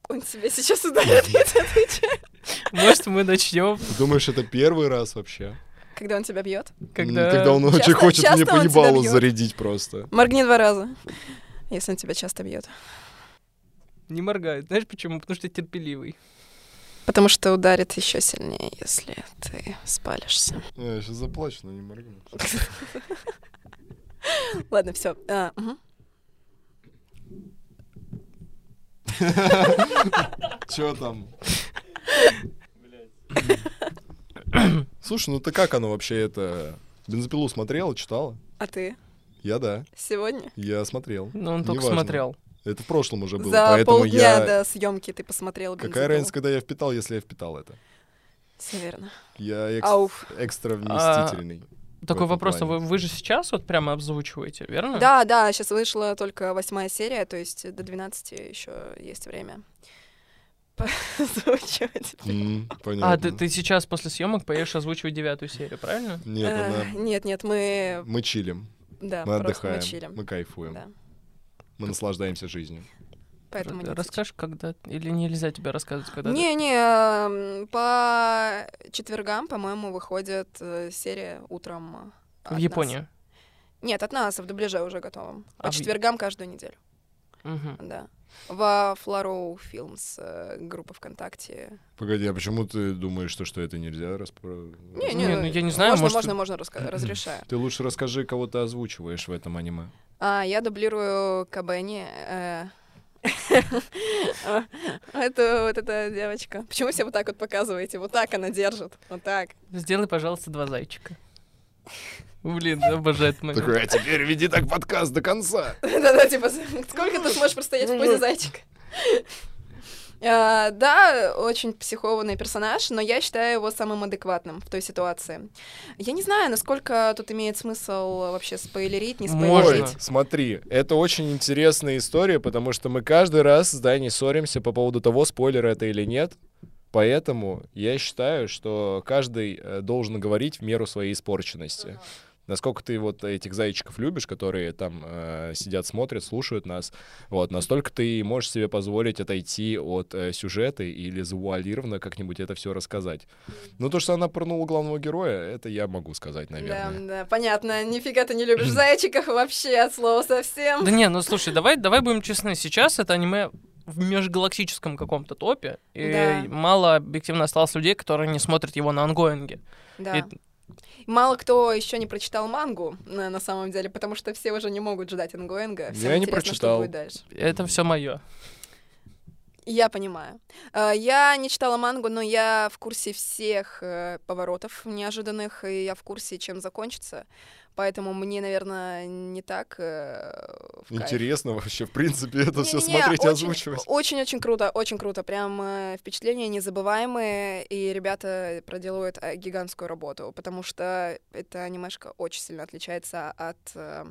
S3: Он тебе сейчас ударит, я тебе отвечаю.
S2: Может, мы начнем,
S1: Ты думаешь, это первый раз вообще?
S3: Когда он тебя бьет?
S2: когда.
S1: М, Когда он
S3: Часто-
S1: очень хочет
S3: часто
S1: мне
S3: он тебя
S1: поебалу
S3: бьёт?
S1: зарядить просто.
S3: Моргни два раза, если он тебя часто бьет.
S2: Не моргает. Знаешь почему? Потому что я терпеливый.
S3: Потому что ударит еще сильнее, если ты спалишься.
S1: Я сейчас заплачу, но не моргну.
S3: Ладно, А, все.
S1: Чё там? Слушай, ну ты как оно вообще это... Бензопилу смотрела, читала?
S3: А ты
S1: Я да,
S3: сегодня?
S1: я смотрел.
S2: Но он только
S1: Неважно.
S2: смотрел.
S1: Это в прошлом уже было,
S3: За
S1: поэтому
S3: полдня
S1: я...
S3: до съемки ты посмотрел
S1: Какая разница, когда я впитал, если я впитал это?
S3: Все верно.
S1: Я экс-
S3: Ауф.
S1: экстра вместительный.
S2: Такой
S1: этом
S2: вопрос, а
S1: плане.
S2: вы, вы же сейчас вот прямо обзвучиваете,
S1: Хм.
S2: верно?
S3: Да, да, сейчас вышла только восьмая серия, то есть до 12 еще есть время озвучивать.
S1: М, Понятно.
S2: А, ты, ты сейчас после съемок поедешь озвучивать девятую серию, правильно?
S1: Нет,
S3: Э,
S1: она-
S3: Нет, нет, мы...
S1: мы чилим,
S3: Да,
S1: мы
S3: просто мы
S1: отдыхаем,
S3: чилим.
S1: мы кайфуем,
S3: Да,
S1: мы наслаждаемся жизнью.
S3: поэтому не
S2: Расскажешь, когда. Или нельзя тебе рассказывать, когда. ты-
S3: Не-не, эм, по четвергам, по-моему, выходит э, серия утром. э, от
S2: В
S3: нас.
S2: Японию.
S3: Нет, от нас, в дубляже уже готовом. По
S2: А в-
S3: четвергам каждую неделю,
S2: Мгм.
S3: да. Во Флороу Films, э, группа ВКонтакте.
S1: Погоди, а почему ты думаешь, что, что это нельзя? распро-
S3: Не,
S2: Не, ну я не знаю,
S3: можно,
S2: может-
S3: можно, можно, раска- разрешаю.
S1: Ты лучше расскажи, кого ты озвучиваешь в этом аниме.
S3: А, я дублирую Кабени, э, А, Это вот эта девочка. Почему все вот так вот показываете? Вот так она держит. Вот так.
S2: Сделай, пожалуйста, два зайчика. Блин, обожаю этот момент.
S1: Такой, а теперь веди так подкаст до конца.
S3: Да-да, типа, сколько ты сможешь простоять в позе зайчика? А, Да, очень психованный персонаж, но я считаю его самым адекватным в той ситуации. Я не знаю, насколько тут имеет смысл вообще спойлерить, не
S2: Можно.
S1: Ой,
S3: спойлерить.
S1: смотри, это очень интересная история, потому что мы каждый раз с Дани ссоримся по поводу того, спойлер это или нет. Поэтому я считаю, что каждый э, должен говорить в меру своей испорченности. Насколько ты вот этих зайчиков любишь, которые там э, сидят, смотрят, слушают нас, вот, настолько ты можешь себе позволить отойти от э, сюжета или завуалированно как-нибудь это все рассказать. Ну, то, что она порнула главного героя, это я могу сказать,
S3: Да,
S1: наверное.
S3: да, понятно. Нифига ты не любишь зайчиков вообще от слова совсем.
S2: Да не, ну слушай, давай, давай будем честны, сейчас это аниме в межгалактическом каком-то топе, и
S3: Да.
S2: мало объективно осталось людей, которые не смотрят его на ангоинге.
S3: Да.
S2: И-
S3: Мало кто еще не прочитал мангу на, на самом деле, потому что все уже не могут ждать ангоинга. Всем
S1: Я не
S3: интересно,
S1: прочитал.
S3: что будет дальше.
S2: Это все мое.
S3: Я понимаю. Э, Я не читала мангу, но я в курсе всех э, поворотов неожиданных, и я в курсе, чем закончится. Поэтому мне, наверное, не так э, в кайф.
S1: Интересно вообще, в принципе, это все
S3: Не-не-не,
S1: смотреть и
S3: очень-
S1: озвучивать.
S3: Очень-очень круто, очень круто. Прям э, впечатления незабываемые, и ребята проделывают э, гигантскую работу, потому что эта анимешка очень сильно отличается от э,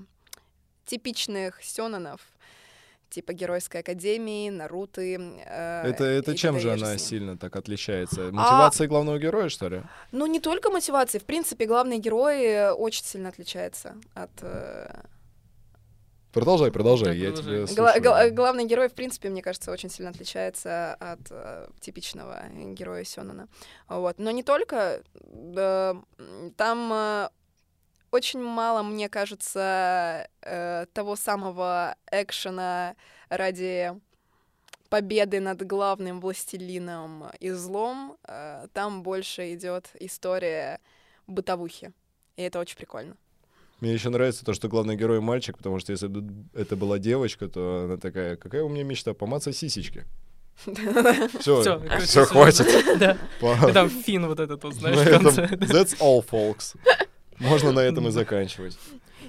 S3: типичных сёнонов, типа Геройской Академии, Наруты. э,
S1: Это,
S3: и А
S1: это чем же
S3: т.д. и
S1: она
S3: с ним.
S1: сильно так отличается? Мотивацией главного героя, что ли?
S3: Ну, не только мотивации. В принципе, главный герой э, очень сильно отличается от... э,
S1: Продолжай, продолжай,
S2: Да,
S1: я
S2: продолжай.
S1: тебя
S3: гла- гла- э,
S1: слушаю.
S3: главный герой, в принципе, мне кажется, очень сильно отличается от э, типичного героя Сёнона. Вот. Но не только. да, м, там э, очень мало, мне кажется, э, того самого экшена ради победы над главным властелином и злом. Э, Там больше идет история бытовухи. И это очень прикольно.
S1: Мне еще нравится то, что главный герой мальчик, потому что если бы это была девочка, то она такая, какая у меня мечта, помацать сисечки. Все,
S2: Всё, короче,
S1: все,
S2: всё.
S1: хватит.
S2: Да. И
S1: Пора.
S2: там фин вот этот, вот,
S1: На
S2: знаешь, в
S1: этом
S2: конце.
S1: That's all, folks. Можно на этом и заканчивать.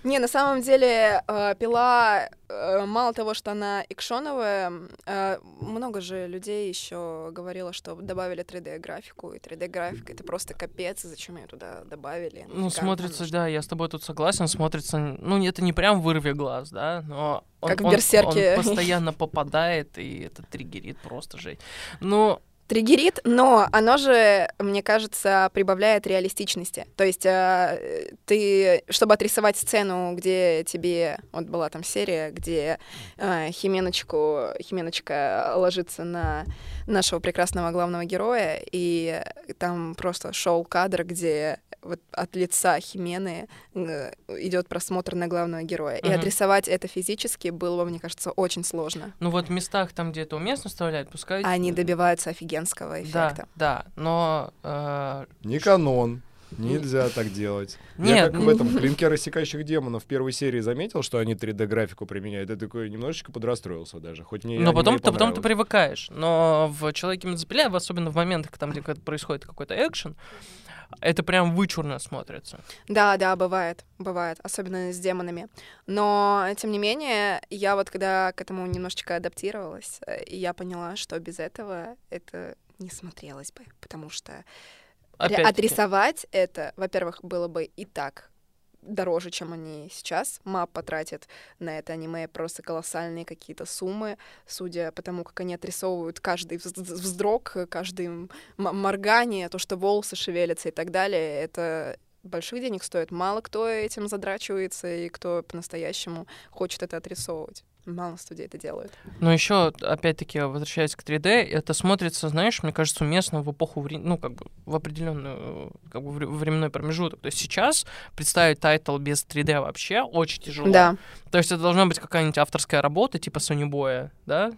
S3: Не, на самом деле э, пила э, мало того, что она экшоновая, э, много же людей еще говорило, что добавили 3D графику и 3D графика это просто капец, и зачем ее туда добавили?
S2: Ну,
S3: Нафига она
S2: смотрится,
S3: нужна?
S2: да, я с тобой тут согласен, смотрится, ну, это не прям вырви глаз, да, но он,
S3: Как в
S2: он-
S3: «Берсерке».
S2: он постоянно попадает, и это триггерит просто жесть. Ну,
S3: Триггерит, но оно же, мне кажется, прибавляет реалистичности. То есть э, ты, чтобы отрисовать сцену, где тебе, вот была там серия, где э, Хименочку, Хименочка ложится на нашего прекрасного главного героя, и там просто шел кадр, где вот от лица Химены э, идет просмотр на главного героя. И
S2: Мгм.
S3: отрисовать это физически было, бы, мне кажется, очень сложно.
S2: ну вот в местах там, где это уместно вставлять, пускай...
S3: Они добиваются офигенского
S2: Да,
S3: А, эффекта.
S2: да, но... э,
S1: Не канон. Нельзя так делать. Я
S2: Нет, ну-
S1: как в этом «Клинке рассекающих демонов» в первой серии заметил, что они 3D-графику применяют. Я такой немножечко подрастроился даже. Хоть мне и
S2: Но
S1: аниме
S2: потом,
S1: и
S2: ты, потом ты
S1: понравилось.
S2: привыкаешь. Но в «Человеке Мезопеля», особенно в моментах, там, где как-то происходит какой-то экшен, это прям вычурно смотрится.
S3: Да, да, бывает, бывает, особенно с демонами. Но, тем не менее, я вот когда к этому немножечко адаптировалась, э, я поняла, что без этого это не смотрелось бы, потому что ре-
S2: Опять-таки.
S3: отрисовать это, во-первых, было бы и так дороже, чем они сейчас. Мап потратит на это аниме просто колоссальные какие-то суммы, судя по тому, как они отрисовывают каждый вз- вз- вздрог, каждый м- моргание, то, что волосы шевелятся и так далее, это больших денег стоит. Мало кто этим задрачивается и кто по-настоящему хочет это отрисовывать. Мало студий это делают.
S2: Но еще, опять-таки, возвращаясь к 3D, это смотрится, знаешь, мне кажется, уместно в эпоху времени, ну, как бы в определенную как бы, вре- временной промежуток. То есть сейчас представить тайтл без 3D вообще очень тяжело.
S3: Да.
S2: То есть это должна быть какая-нибудь авторская работа, типа Сонибоя, да?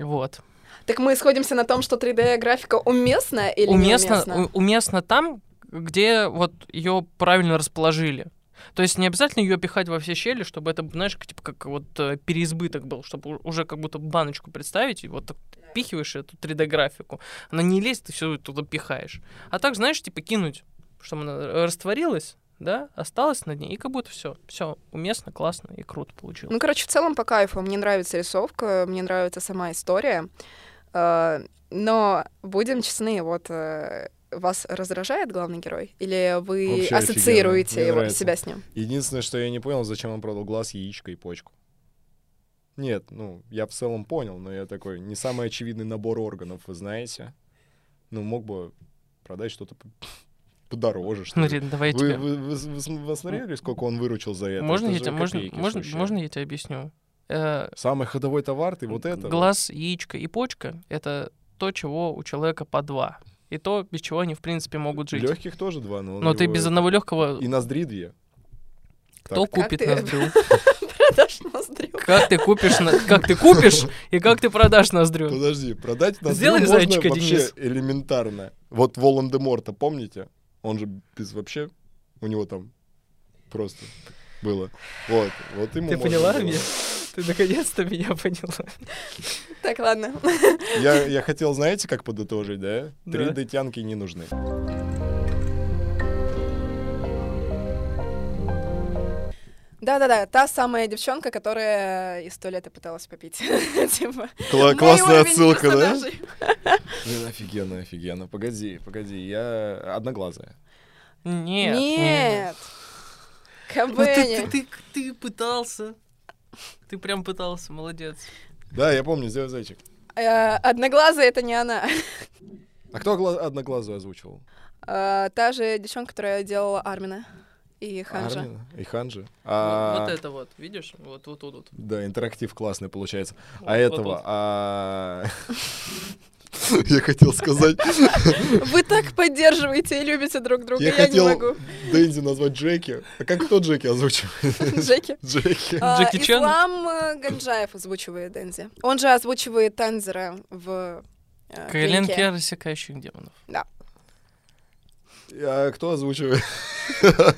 S2: Вот.
S3: Так мы сходимся на том, что 3D-графика уместна или
S2: уместно,
S3: неуместна?
S2: у- уместно там, где вот ее правильно расположили. То есть не обязательно ее пихать во все щели, чтобы это, знаешь, типа как вот э, переизбыток был, чтобы у- уже как будто баночку представить, и вот так пихиваешь эту 3D-графику. Она не лезет, ты все туда пихаешь. А так, знаешь, типа кинуть, чтобы она растворилась, да, осталась на ней, и как будто все. Все уместно, классно и круто получилось.
S3: Ну, короче, в целом по кайфу. Мне нравится рисовка, мне нравится сама история. Э, Но будем честны, вот э, вас раздражает главный герой? Или вы
S1: Вообще офигенно.
S3: ассоциируете
S1: Мне
S3: его,
S1: нравится.
S3: себя с ним?
S1: Единственное, что я не понял, зачем он продал глаз, яичко и почку. Нет, ну, я в целом понял, но я такой, не самый очевидный набор органов, вы знаете. Ну, мог бы продать что-то п- подороже, что ли.
S2: Смотри, давай я
S1: Вы,
S2: Ну, тебе...
S1: вы- вы с- вы см- вы смотрели, сколько он выручил за это?
S2: Можно
S1: Это
S2: я
S1: же
S2: тебе, можно,
S1: копейки
S2: можно,
S1: сущие.
S2: можно я тебе объясню? Э,
S1: Самый ходовой товар, ты вот это... вот.
S2: Глаз, яичко и почка — это то, чего у человека по два. И то, без чего они, в принципе, могут жить.
S1: Легких тоже два, но... он
S2: Но ты
S1: его-
S2: без одного легкого
S1: И ноздри две.
S2: кто
S1: Так.
S2: купит
S3: ты?
S2: ноздрю?
S3: Продаж ноздрю.
S2: Как ты купишь, на- как ты купишь и как ты продашь ноздрю?
S1: Подожди, продать нас
S2: Сделай
S1: можно
S2: зайчика,
S1: вообще
S2: Денис.
S1: элементарно. Вот Волан-де-Морта, помните? Он же без вообще... У него там просто было. Вот, вот ему
S2: Ты
S1: можно
S2: поняла
S1: было.
S2: меня? Ты наконец-то меня поняла.
S3: Так, ладно.
S1: Я, я хотел, знаете, как подытожить, да?
S2: Да.
S1: 3D-тянки не нужны.
S3: Да-да-да, та самая девчонка, которая из туалета пыталась попить. Типа,
S1: Кла-
S3: мой
S1: классная
S3: уровень
S1: отсылка, да?
S3: персонажей.
S1: Блин, офигенно, офигенно. Погоди, погоди, я одноглазая.
S2: Нет. нет.
S3: Нет.
S2: Ну ты-
S3: Кабене.
S2: Ты ты- ты пытался. Ты прям пытался, молодец.
S1: Да, я помню, сделай зайчик.
S3: Э, Одноглазая это не она.
S1: А кто гла- одноглазую озвучивал?
S3: Э, Та же девчонка, которая делала Армина и Ханжа. Ну,
S1: Армина и Ханжи.
S2: Вот
S1: А,
S2: вот это вот, видишь? Вот вот тут вот.
S1: Да, интерактив классный получается.
S2: Вот,
S1: А
S2: вот,
S1: этого...
S2: вот.
S1: а, Я хотел сказать...
S3: Вы так поддерживаете и любите друг друга,
S1: Я
S3: я, не
S1: хотел
S3: могу.
S1: Дэнди назвать Джеки. А как кто Джеки озвучивает?
S3: Джеки.
S1: Джеки.
S3: А,
S2: Джеки Чан?
S3: Ислам э, Ганджаев озвучивает Дензи. Он же озвучивает Танзера в э,
S2: Кайлен
S3: клинке.
S2: Кер, рассекающих демонов.
S1: А кто озвучивает?
S3: Что-то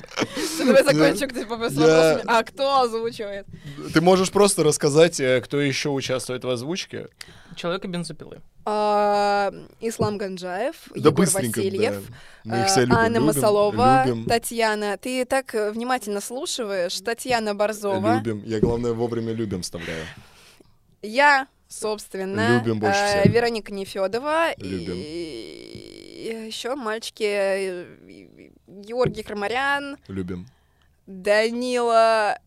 S3: я закончу, типа, с
S1: Я-
S3: вопросами. А кто озвучивает?
S1: Ты можешь просто рассказать, э, кто еще участвует в озвучке?
S2: Человека бензопилы.
S3: А, Ислам Ганджаев,
S1: Да
S3: Егор
S1: быстренько,
S3: Васильев,
S1: да. Мы
S3: э,
S1: их все любим,
S3: Анна
S1: любим,
S3: Масалова,
S1: любим,
S3: Татьяна. Ты так э, внимательно слушаешь. Татьяна Борзова.
S1: Любим. Я, главное, вовремя любим вставляю.
S3: Я, собственно,
S1: Любим больше
S3: э,
S1: всех.
S3: Вероника Нефедова
S1: Любим.
S3: и еще мальчики э, Георгий Крамарян,
S1: Любим.
S3: Данила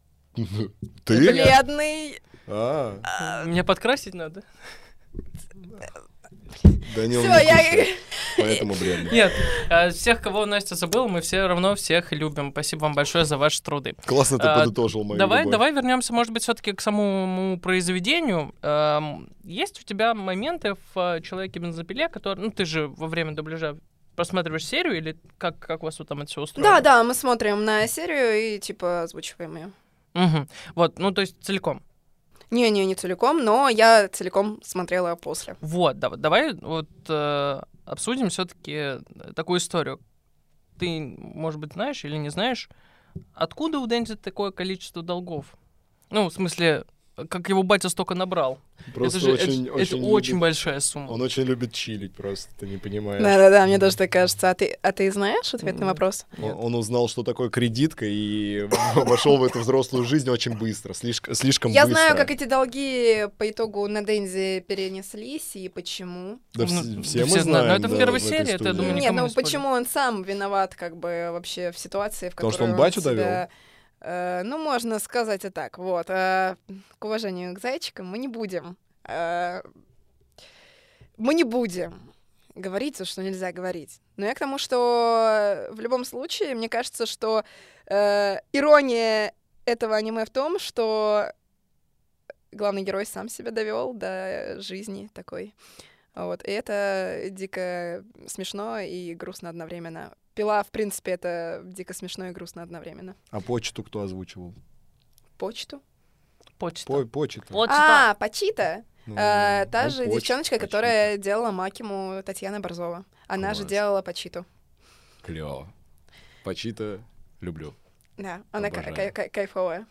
S1: Ты?
S3: Бледный.
S1: А,
S2: Меня подкрасить надо?
S1: Данил
S3: Все,
S1: не
S3: я...
S1: кушает, Поэтому блин.
S2: Нет, э, всех, кого Настя забыла, мы все равно всех любим. Спасибо вам большое за ваши труды.
S1: Классно ты
S2: А,
S1: подытожил мою
S2: давай,
S1: любовь.
S2: давай вернемся, может быть, все-таки к самому произведению. Эм, есть у тебя моменты в э, человеке бензопиле, которые, ну, ты же во время дубляжа просматриваешь серию или как как у вас вот там это все устроено?
S3: Да, да, мы смотрим на серию и типа озвучиваем ее.
S2: Мгм. Вот, ну то есть целиком.
S3: Не, не, не целиком, но я целиком смотрела после.
S2: Вот, да, вот давай вот э, обсудим все-таки такую историю. Ты, может быть, знаешь или не знаешь, откуда у Дэнди такое количество долгов? Ну, в смысле, как его батя столько набрал?
S1: Просто
S2: это же это-
S1: очень,
S2: это
S1: очень,
S2: очень
S1: любит-
S2: большая сумма.
S1: Он очень любит чилить просто, ты не понимаешь.
S3: Да-да-да, мне даже так кажется. А ты, а ты знаешь ответ на
S2: Нет.
S3: вопрос?
S1: Он, он узнал, что такое кредитка, и вошел в эту взрослую жизнь очень быстро, слишком, слишком
S3: Я
S1: быстро.
S3: знаю, как эти долги по итогу на Дензи перенеслись и почему.
S1: Да, вс-
S2: Ну,
S1: все
S2: да
S1: мы
S2: все
S1: знаем.
S2: знают, но это в
S1: да,
S2: первой
S1: этой
S2: серии, это, я
S1: студии.
S2: думаю, не-
S3: Не,
S2: никому
S3: ну
S2: спорим.
S3: почему он сам виноват, как бы вообще в ситуации, в
S1: Потому
S3: которой
S1: что он батю
S3: себя, э, ну, можно сказать и так. Вот. э, к уважению к зайчикам мы не будем. э, мы не будем говорить то, что нельзя говорить. Но я к тому, что в любом случае, мне кажется, что э, ирония этого аниме в том, что главный герой сам себя довел до жизни такой. Вот. И это дико смешно и грустно одновременно. Пила, в принципе, это дико смешно и грустно одновременно.
S1: А почту кто озвучивал?
S3: Почту.
S2: Почта.
S1: По- почта.
S2: Почта.
S3: А, Почита.
S1: Ну,
S3: Э,
S1: ну,
S3: та же
S1: почта,
S3: девчоночка,
S1: почта.
S3: которая делала Макиму Татьяна Борзова. Она же
S1: Класс.
S3: делала Почиту.
S1: Клево. Почита люблю.
S3: Да, она ка-
S1: Обожаю.
S3: кай- кай- кайфовая.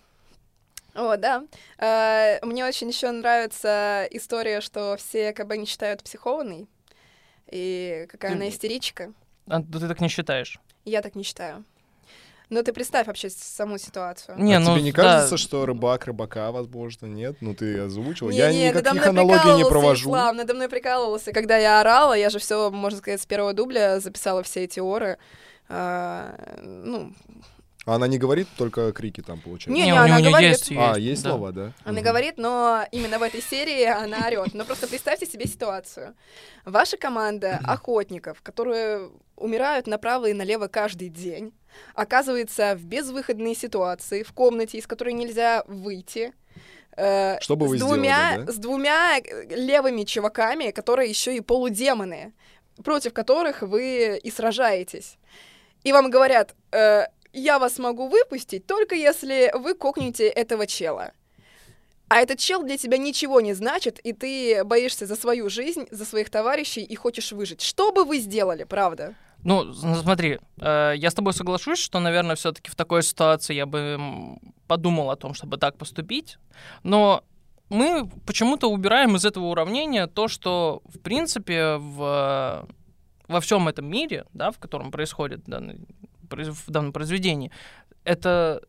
S3: О, да. Э, Мне очень еще нравится история, что все КБ не считают психованной. И какая она
S2: Ты-
S3: истеричка.
S2: А, да ты так не считаешь.
S3: Я так не считаю. Но ты представь вообще с- саму ситуацию.
S2: Не,
S1: А
S2: ну,
S1: тебе не
S2: да.
S1: кажется, что рыбак рыбака, возможно, нет? Ну, ты озвучил.
S3: Не,
S1: я
S3: не, ты
S1: никаких
S3: надо мной
S1: аналогий не
S3: прикалывался,
S1: провожу.
S3: Ислам, надо мной прикалывался, когда я орала, я же все, можно сказать, с первого дубля записала все эти оры. А, ну,
S1: А она не говорит только крики там, получается?
S3: Не,
S2: Не,
S3: не,
S2: у
S3: она
S2: него не
S3: говорит.
S2: есть,
S1: А, есть
S2: да.
S1: слова, да?
S3: она
S1: Мгм.
S3: говорит, но именно в этой серии она орет. Но просто представьте себе ситуацию. Ваша команда охотников, которые умирают направо и налево каждый день, оказывается в безвыходной ситуации, в комнате, из которой нельзя выйти. э,
S1: Что бы вы
S3: с
S1: сделали,
S3: двумя,
S1: да?
S3: С двумя э, левыми чуваками, которые еще и полудемоны, против которых вы и сражаетесь. И вам говорят, э, я вас могу выпустить, только если вы кокнете этого чела. А этот чел для тебя ничего не значит, и ты боишься за свою жизнь, за своих товарищей и хочешь выжить. Что бы вы сделали, правда?
S2: Ну, с- ну, смотри, э, я с тобой соглашусь, что, наверное, все-таки в такой ситуации я бы м, подумал о том, чтобы так поступить, но мы почему-то убираем из этого уравнения то, что, в принципе, в, э, во всем этом мире, да, в котором происходит данный, произ- в данном произведении, это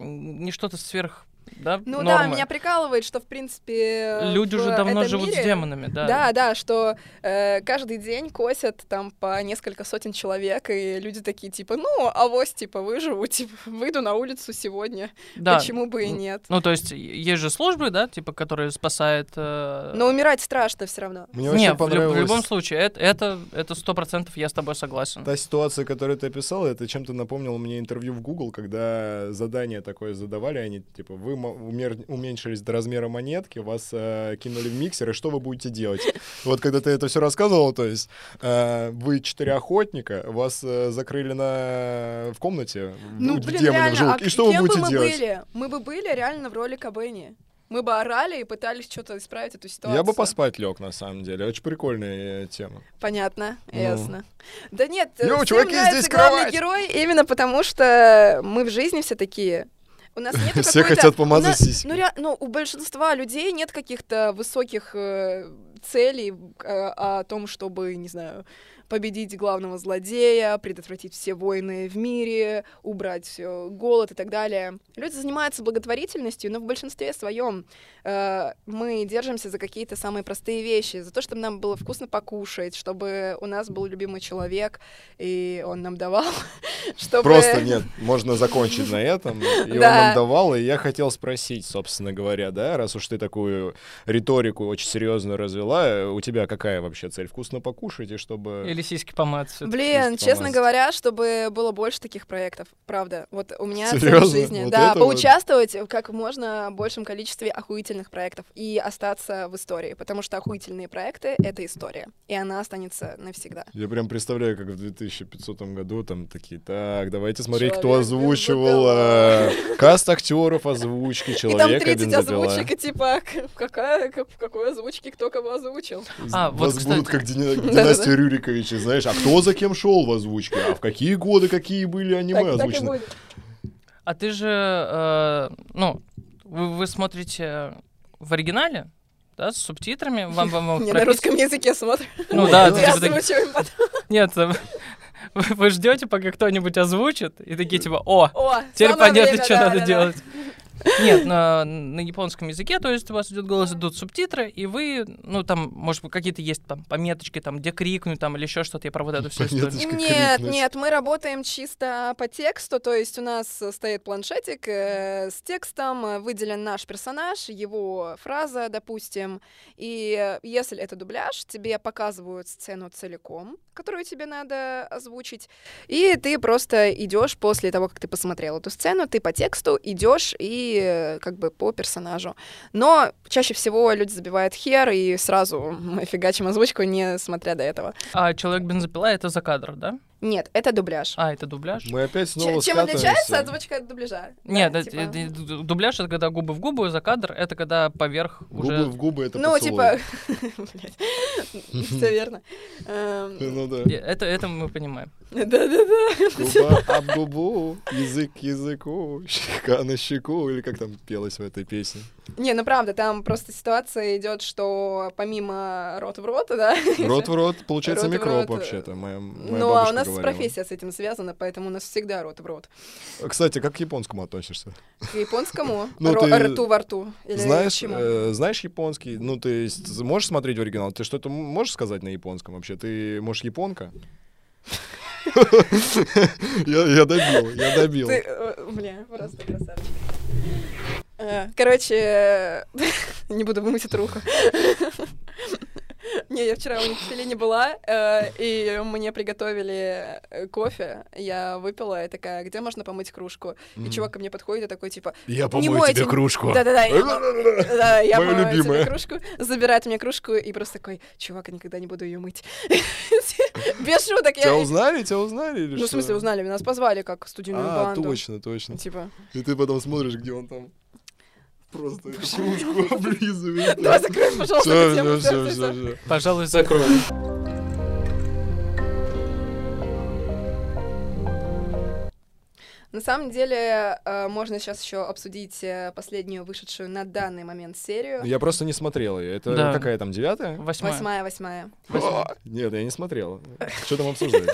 S2: м, не что-то сверх, да,
S3: Ну да,
S2: нормы.
S3: меня прикалывает, что в принципе э,
S2: Люди
S3: в
S2: уже давно
S3: этом
S2: живут
S3: мире-
S2: с демонами, да.
S3: Да, да, что э, каждый день косят там по несколько сотен человек, и люди такие типа, ну, авось, типа, выживу, типа, выйду на улицу сегодня,
S2: Да.
S3: почему бы и
S2: М,
S3: нет.
S2: Ну, то есть, е- есть же службы, да, типа, которые спасают... э,
S3: Но умирать страшно все равно.
S1: Мне
S2: Не,
S1: очень
S2: в, лю- в
S1: понравилась
S2: любом случае, это это это сто процентов я с тобой согласен.
S1: та ситуация, которую ты описал, это чем-то напомнило мне интервью в Google, когда задание такое задавали, они типа, вы мо- умер- уменьшились до размера монетки, вас э, кинули в миксер, и что вы будете делать? Вот когда ты это все рассказывал, то есть э, вы четыре охотника, вас э, закрыли на... в комнате, в-
S3: Ну,
S1: у
S3: блин,
S1: демонов
S3: реально,
S1: живут,
S3: а
S1: и что вы
S3: кем бы
S1: будете
S3: мы
S1: делать?
S3: были? Мы бы были реально в роли Кабени. Мы бы орали и пытались что-то исправить эту ситуацию.
S1: Я бы поспать лег, на самом деле. Очень прикольная э, тема.
S3: Понятно,
S1: Ну.
S3: ясно. Да нет, э,
S1: Йоу,
S3: всем
S1: чуваки,
S3: нравится
S1: здесь
S3: главный
S1: кровать!
S3: герой именно потому, что мы в жизни все такие. У нас нет
S1: Все хотят помазать сиськи.
S3: Ну, ре- ну, у большинства людей нет каких-то высоких э, целей э, о том, чтобы, не знаю, победить главного злодея, предотвратить все войны в мире, убрать э, голод и так далее. Люди занимаются благотворительностью, но в большинстве своем э, мы держимся за какие-то самые простые вещи, за то, чтобы нам было вкусно покушать, чтобы у нас был любимый человек, и он нам давал, чтобы...
S1: Просто нет, можно закончить на этом. И он
S3: Да.
S1: нам давал, и я хотел спросить, собственно говоря, да, раз уж ты такую риторику очень серьезную развела, э, у тебя какая вообще цель? Вкусно покушать и чтобы...
S2: Или сиськи помыться.
S3: Блин,
S1: чисто
S3: честно
S1: помазать.
S3: говоря, чтобы было больше таких проектов, правда. Вот у меня
S1: Серьёзно?
S3: цель в жизни,
S1: Вот
S3: да,
S1: это вот?
S3: поучаствовать в как можно большем количестве охуительных проектов и остаться в истории, потому что охуительные проекты — это история, и она останется навсегда.
S1: Я прям представляю, как в 2500 году там такие, так, давайте смотреть, кто
S3: Человек
S1: озвучивал
S3: бензопила».
S1: э, каст актеров озвучки
S3: и там
S1: человека
S3: 30
S1: бензопила».
S3: озвучек, и типа, к- какая, к- в какой озвучке кто кого озвучил.
S2: А, вот,
S1: Вас будут
S2: кстати.
S1: как дина-
S3: Да-да-да.
S1: династия Рюриковича, знаешь, а кто за кем шел в озвучке, а в какие годы какие были аниме
S3: Так- так и
S1: озвучены.
S3: будет.
S2: А ты же, э, ну, вы, вы смотрите в оригинале, да, с субтитрами, вам вам, вам
S3: Не, на
S2: пропис-
S3: русском языке смотрю.
S2: Ну да,
S1: Ну,
S2: ты
S3: Я
S2: типа такие,
S3: озвучиваю потом.
S2: нет, э, вы, вы ждете, пока кто-нибудь озвучит, и такие типа, о,
S3: О,
S2: теперь
S3: самое
S2: понятно,
S3: время,
S2: что
S3: да,
S2: надо
S3: да, да.
S2: делать. Нет, на, на японском языке, то есть у вас идет голос, идут субтитры, и вы, ну, там, может быть, какие-то есть там пометочки, там, где крикнуть, там, или еще что-то, я про вот эту всю историю.
S1: Пометочки. немножко
S3: Нет,
S1: крикнуть.
S3: нет, мы работаем чисто по тексту, то есть у нас э, стоит планшетик э, с текстом, э, выделен наш персонаж, его фраза, допустим, и э, если это дубляж, тебе показывают сцену целиком, которую тебе надо озвучить, и ты просто идешь после того, как ты посмотрел эту сцену, ты по тексту идешь и э, как бы по персонажу. Но чаще всего люди забивают хер и сразу мы фигачим озвучку, не смотря до этого.
S2: А «Человек-бензопила» — это за кадр, да?
S3: Нет, это дубляж.
S2: А, это дубляж?
S1: Мы опять
S3: Че-
S1: снова
S3: Чем
S1: скатываемся.
S3: отличается озвучка от дубляжа?
S2: Нет,
S3: Да,
S2: это-
S3: типа-
S2: это- ду- дубляж — это когда губы в губы, за кадр — это когда поверх
S1: Губы
S2: уже...
S1: в губы это
S3: Ну,
S1: поцелуй.
S3: типа, все верно. Эм,
S1: Ну да. Ну
S2: Э, Это, это мы понимаем.
S3: Да-да-да.
S1: Губа об губу, язык к языку, щека на щеку, или как там пелось в этой песне.
S3: Не, ну правда, там просто ситуация идет, что помимо рот в рот, да.
S1: Рот в рот, получается,
S3: Рот в
S1: микроб
S3: рот, э,
S1: вообще-то. Моя, моя
S3: Ну, а у
S1: бабушка
S3: нас
S1: говорила.
S3: профессия с этим связана, поэтому у нас всегда рот в рот.
S1: Кстати, как к японскому относишься?
S3: К японскому
S1: Ну,
S3: ро-
S1: ты
S3: рту во рту. Или
S1: знаешь,
S3: чему?
S1: э, знаешь японский? Ну, ты с- можешь смотреть оригинал? Ты что-то м- можешь сказать на японском вообще? Ты, может, японка? Я я добил, я добил.
S3: Ты, э, бля, просто красавчик. Э, Короче, не буду вымыть труху. Не, я вчера у них в селе не была, э, и мне приготовили э, кофе. Я выпила и такая, где можно помыть кружку? И
S1: Мгм.
S3: чувак ко мне подходит и такой, типа,
S1: Я
S3: мойте, не-
S1: кружку.
S3: да-да-да, и- да, я
S1: Моё
S3: помою
S1: любимое.
S3: тебе кружку, забирает мне кружку и просто такой, чувак, я никогда не буду ее мыть. Без шуток.
S1: Тебя
S3: я-
S1: узнали? Тебя узнали? или
S3: Ну,
S1: что?
S3: в смысле, узнали, нас позвали как студийную
S1: А,
S3: банду.
S1: точно, точно.
S3: Типа,
S1: И ты потом смотришь, где он там просто эту кружку облизывает.
S3: давай закроем, пожалуйста, эту
S1: Все,
S3: тему, всё,
S1: все,
S3: всё, всё.
S1: все, все.
S2: Пожалуй, закрою.
S3: На самом деле, э, можно сейчас еще обсудить э, последнюю вышедшую на данный момент серию.
S1: Я просто не смотрел ее. Это
S2: Да.
S1: какая там, девятая?
S2: Восьмая.
S3: Восьмая, восьмая.
S1: А, Нет, я не смотрел. Что там обсуждали?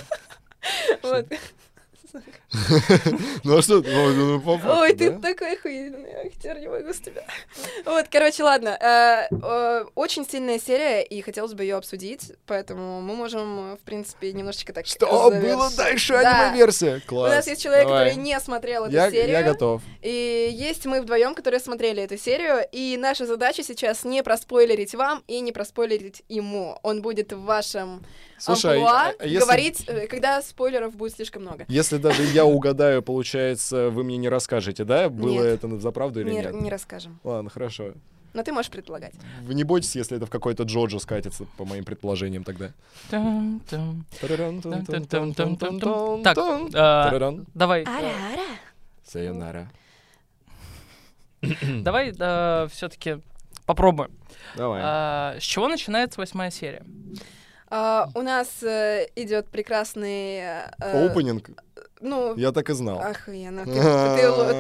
S3: Вот.
S1: Ну а что? ну, ну, по факту,
S3: Ой, ты
S1: да?
S3: такой охуенный актер, не могу с тебя. Вот, короче, ладно. э, э, Очень сильная серия, и хотелось бы ее обсудить, поэтому мы можем, э, в принципе, немножечко так...
S1: Что
S3: завершить.
S1: было дальше
S3: Да.
S1: аниме-версия?
S3: У
S1: Класс.
S3: нас есть человек,
S1: Давай.
S3: который не смотрел эту
S1: я,
S3: серию.
S1: я готов.
S3: И есть мы вдвоем, которые смотрели эту серию, и наша задача сейчас не проспойлерить вам и не проспойлерить ему. Он будет в вашем
S1: Слушай,
S3: амплуа
S1: а- а если-
S3: говорить, э, когда спойлеров будет слишком много.
S1: Если даже я угадаю, получается, вы мне не расскажете, да, было
S3: Нет.
S1: это за правду или
S3: Не,
S1: нет?
S3: не расскажем.
S1: Ладно, хорошо.
S3: Но ты можешь предполагать.
S1: Вы не бойтесь, если это в какой-то Джоджо скатится, по моим предположениям тогда.
S2: Там-там. Там-там-там-там-там-там. Так,
S1: Тараран.
S2: а,
S1: Тараран.
S2: давай. э,
S3: Ара-ара.
S1: Sayonara.
S2: э, Давай все-таки попробуем.
S1: Давай.
S2: А, С чего начинается восьмая серия?
S3: А, у нас э, идет прекрасный... э, э,
S1: Опенинг.
S3: Ну,
S1: Я так и
S2: а,
S1: знал. А
S3: охуенно. Ты- ты- ты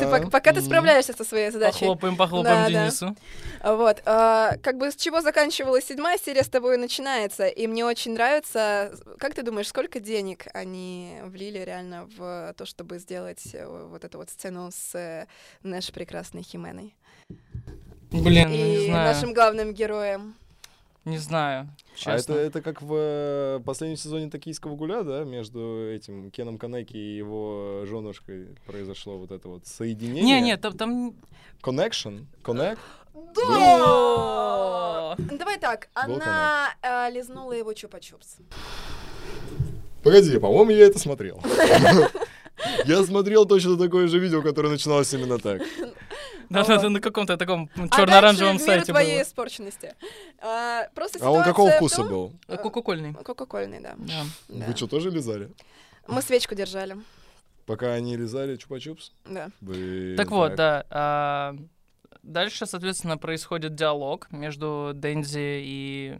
S3: пок- Пока ты
S1: Мгм.
S3: справляешься со своей задачей.
S2: Похлопаем,
S3: Да,
S2: похлопаем
S3: да.
S2: Денису.
S3: Вот, а, как бы с чего заканчивалась седьмая серия, с тобой и начинается, и мне очень нравится. Как ты думаешь, сколько денег они влили реально в то, чтобы сделать э, вот эту вот сцену с э, нашей прекрасной Хименой
S2: Блин, ну не
S3: и нашим
S2: знаю.
S3: главным героем?
S2: Не
S1: А
S2: знаю,
S1: это,
S2: честно.
S1: это как в э, последнем сезоне «Токийского гуля», да, между этим Кеном Канеки и его женушкой произошло вот это вот соединение.
S2: Не, нет, там- там...
S1: Connection? Connect?
S3: Да! Давай так,
S1: Вот
S3: она э, лизнула его чупа-чупс.
S1: Погоди, по-моему, я это смотрел. Я смотрел точно такое же видео, которое начиналось именно так.
S2: Да, да, да, на каком-то таком
S3: А
S2: черно-оранжевом
S3: дальше в мир
S2: сайте
S3: твоей
S2: было.
S3: испорченности. А, просто
S1: А он какого
S3: ситуация в
S1: вкуса
S3: том-
S1: был?
S2: Э, Кока-кольный.
S3: Кока-кольный, да.
S2: Да.
S3: Да.
S1: Вы что, тоже лизали?
S3: Мы свечку держали,
S1: Пока они лизали чупа-чупс?
S3: да.
S1: Блин,
S2: Так вот, да. а, Дальше, соответственно, происходит диалог между Дензи и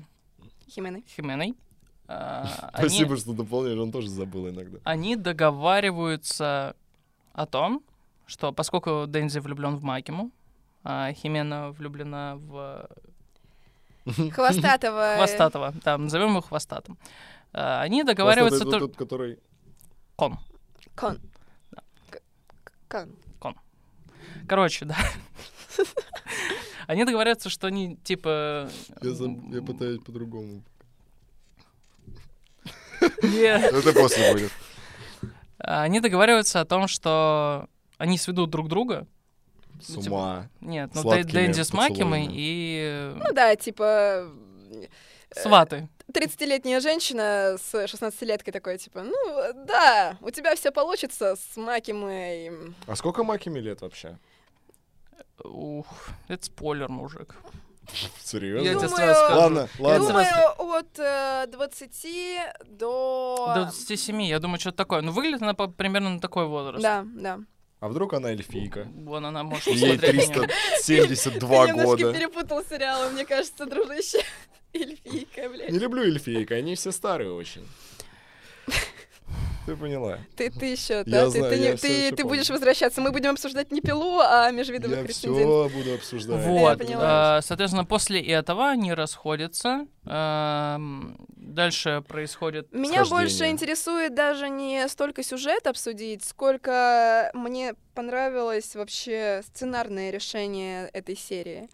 S3: Хименой.
S2: Хименой. А, они-
S1: Спасибо, что дополняешь, он тоже забыл иногда.
S2: они договариваются о том, что поскольку Дензи влюблен в Макиму, а Химена влюблена в
S3: Хвостатого. э,
S2: Хвостатого, да, назовем его Хвостатым, а, они договариваются...
S1: Просто
S2: то-
S1: это тот, который...
S2: Кон.
S3: Кон. К- Кон.
S2: Короче, да. Они договариваются, что они, типа...
S1: Я заб- я пытаюсь по-другому.
S2: Нет.
S1: Это после будет.
S2: Они договариваются о том, что они сведут друг друга. Ну,
S1: С ума.
S2: Нет, ну Дэ-
S1: Сладкими
S2: Дэнди с Макимой
S1: поцелуями.
S2: и э,
S3: Ну э, да, типа...
S2: Сваты.
S3: 30-летняя женщина с 16-леткой такой, типа, ну да, у тебя все получится с Макимой.
S1: А сколько Макиме лет вообще?
S2: Ух, это спойлер, мужик. Я
S1: Серьезно?
S2: тебе
S3: Думаю,
S2: сразу скажу.
S1: Ладно, ладно.
S3: Думаю, от э, 20 до...
S2: До 27, я думаю, что-то такое. Ну, выглядит она по- примерно на такой возраст.
S3: Да, да.
S1: А вдруг она эльфийка?
S2: Вон она может
S1: Ей
S2: посмотреть на меня.
S1: 372
S3: Ты немножко
S1: года.
S3: перепутал сериалы, мне кажется, дружище. Эльфийка, блядь.
S1: Не люблю эльфийка, они все старые очень. Ты поняла.
S3: Ты, ты еще,
S1: Я
S3: да, ты,
S1: знаю,
S3: ты, не-
S1: я всё
S3: ты,
S1: ещё
S3: ты будешь
S1: помню.
S3: возвращаться. Мы будем обсуждать не пилу, а
S1: Я
S3: межвидовых рецензентов.
S1: все буду обсуждать.
S2: Вот,
S3: Я поняла.
S2: а, соответственно, после этого они расходятся. Ам, Дальше происходит...
S3: Меня
S1: Схождение.
S3: больше интересует даже не столько сюжет обсудить, сколько мне понравилось вообще сценарное решение этой серии.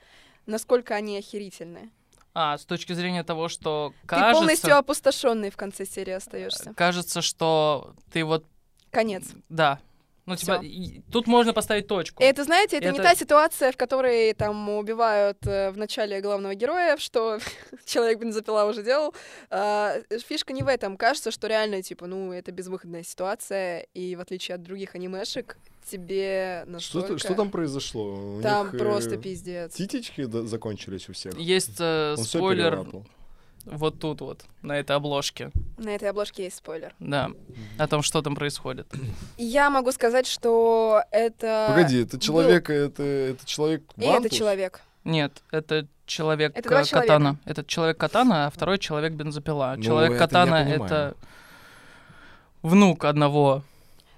S3: Насколько они охерительны.
S2: А, с точки зрения того, что
S3: Ты
S2: кажется... Э,
S3: полностью опустошенный в конце серии остаешься.
S2: Кажется, что ты вот...
S3: Конец.
S2: Да. Ну, типа,
S3: Всё.
S2: и- тут можно поставить точку.
S3: Это, знаете, это, не
S2: Это-
S3: та ситуация, в которой там убивают э, в начале главного героя, что человек бензопила уже делал. А, фишка не в этом. Кажется, что реально, типа, ну, это безвыходная ситуация, и в отличие от других анимешек, тебе
S1: Что,
S3: настолько...
S1: ты- что там произошло? У
S3: Там
S1: них, э,
S3: просто пиздец.
S1: Титечки да- закончились у всех.
S2: Есть э,
S1: Он всё
S2: спойлер
S1: перелапал.
S2: вот тут вот, на этой обложке.
S3: На этой обложке есть спойлер.
S2: Да. О том, что там происходит.
S3: Я могу сказать, что это...
S1: Погоди, это
S3: А, был-
S1: человек, это, это человек
S3: И это
S1: Бантус?
S3: человек.
S2: Нет, это человек
S3: Это два
S2: э,
S3: человека.
S2: катана. Этот человек катана, а второй человек бензопила.
S1: Ну,
S2: человек
S1: это
S2: катана
S1: я понимаю.
S2: это внук одного.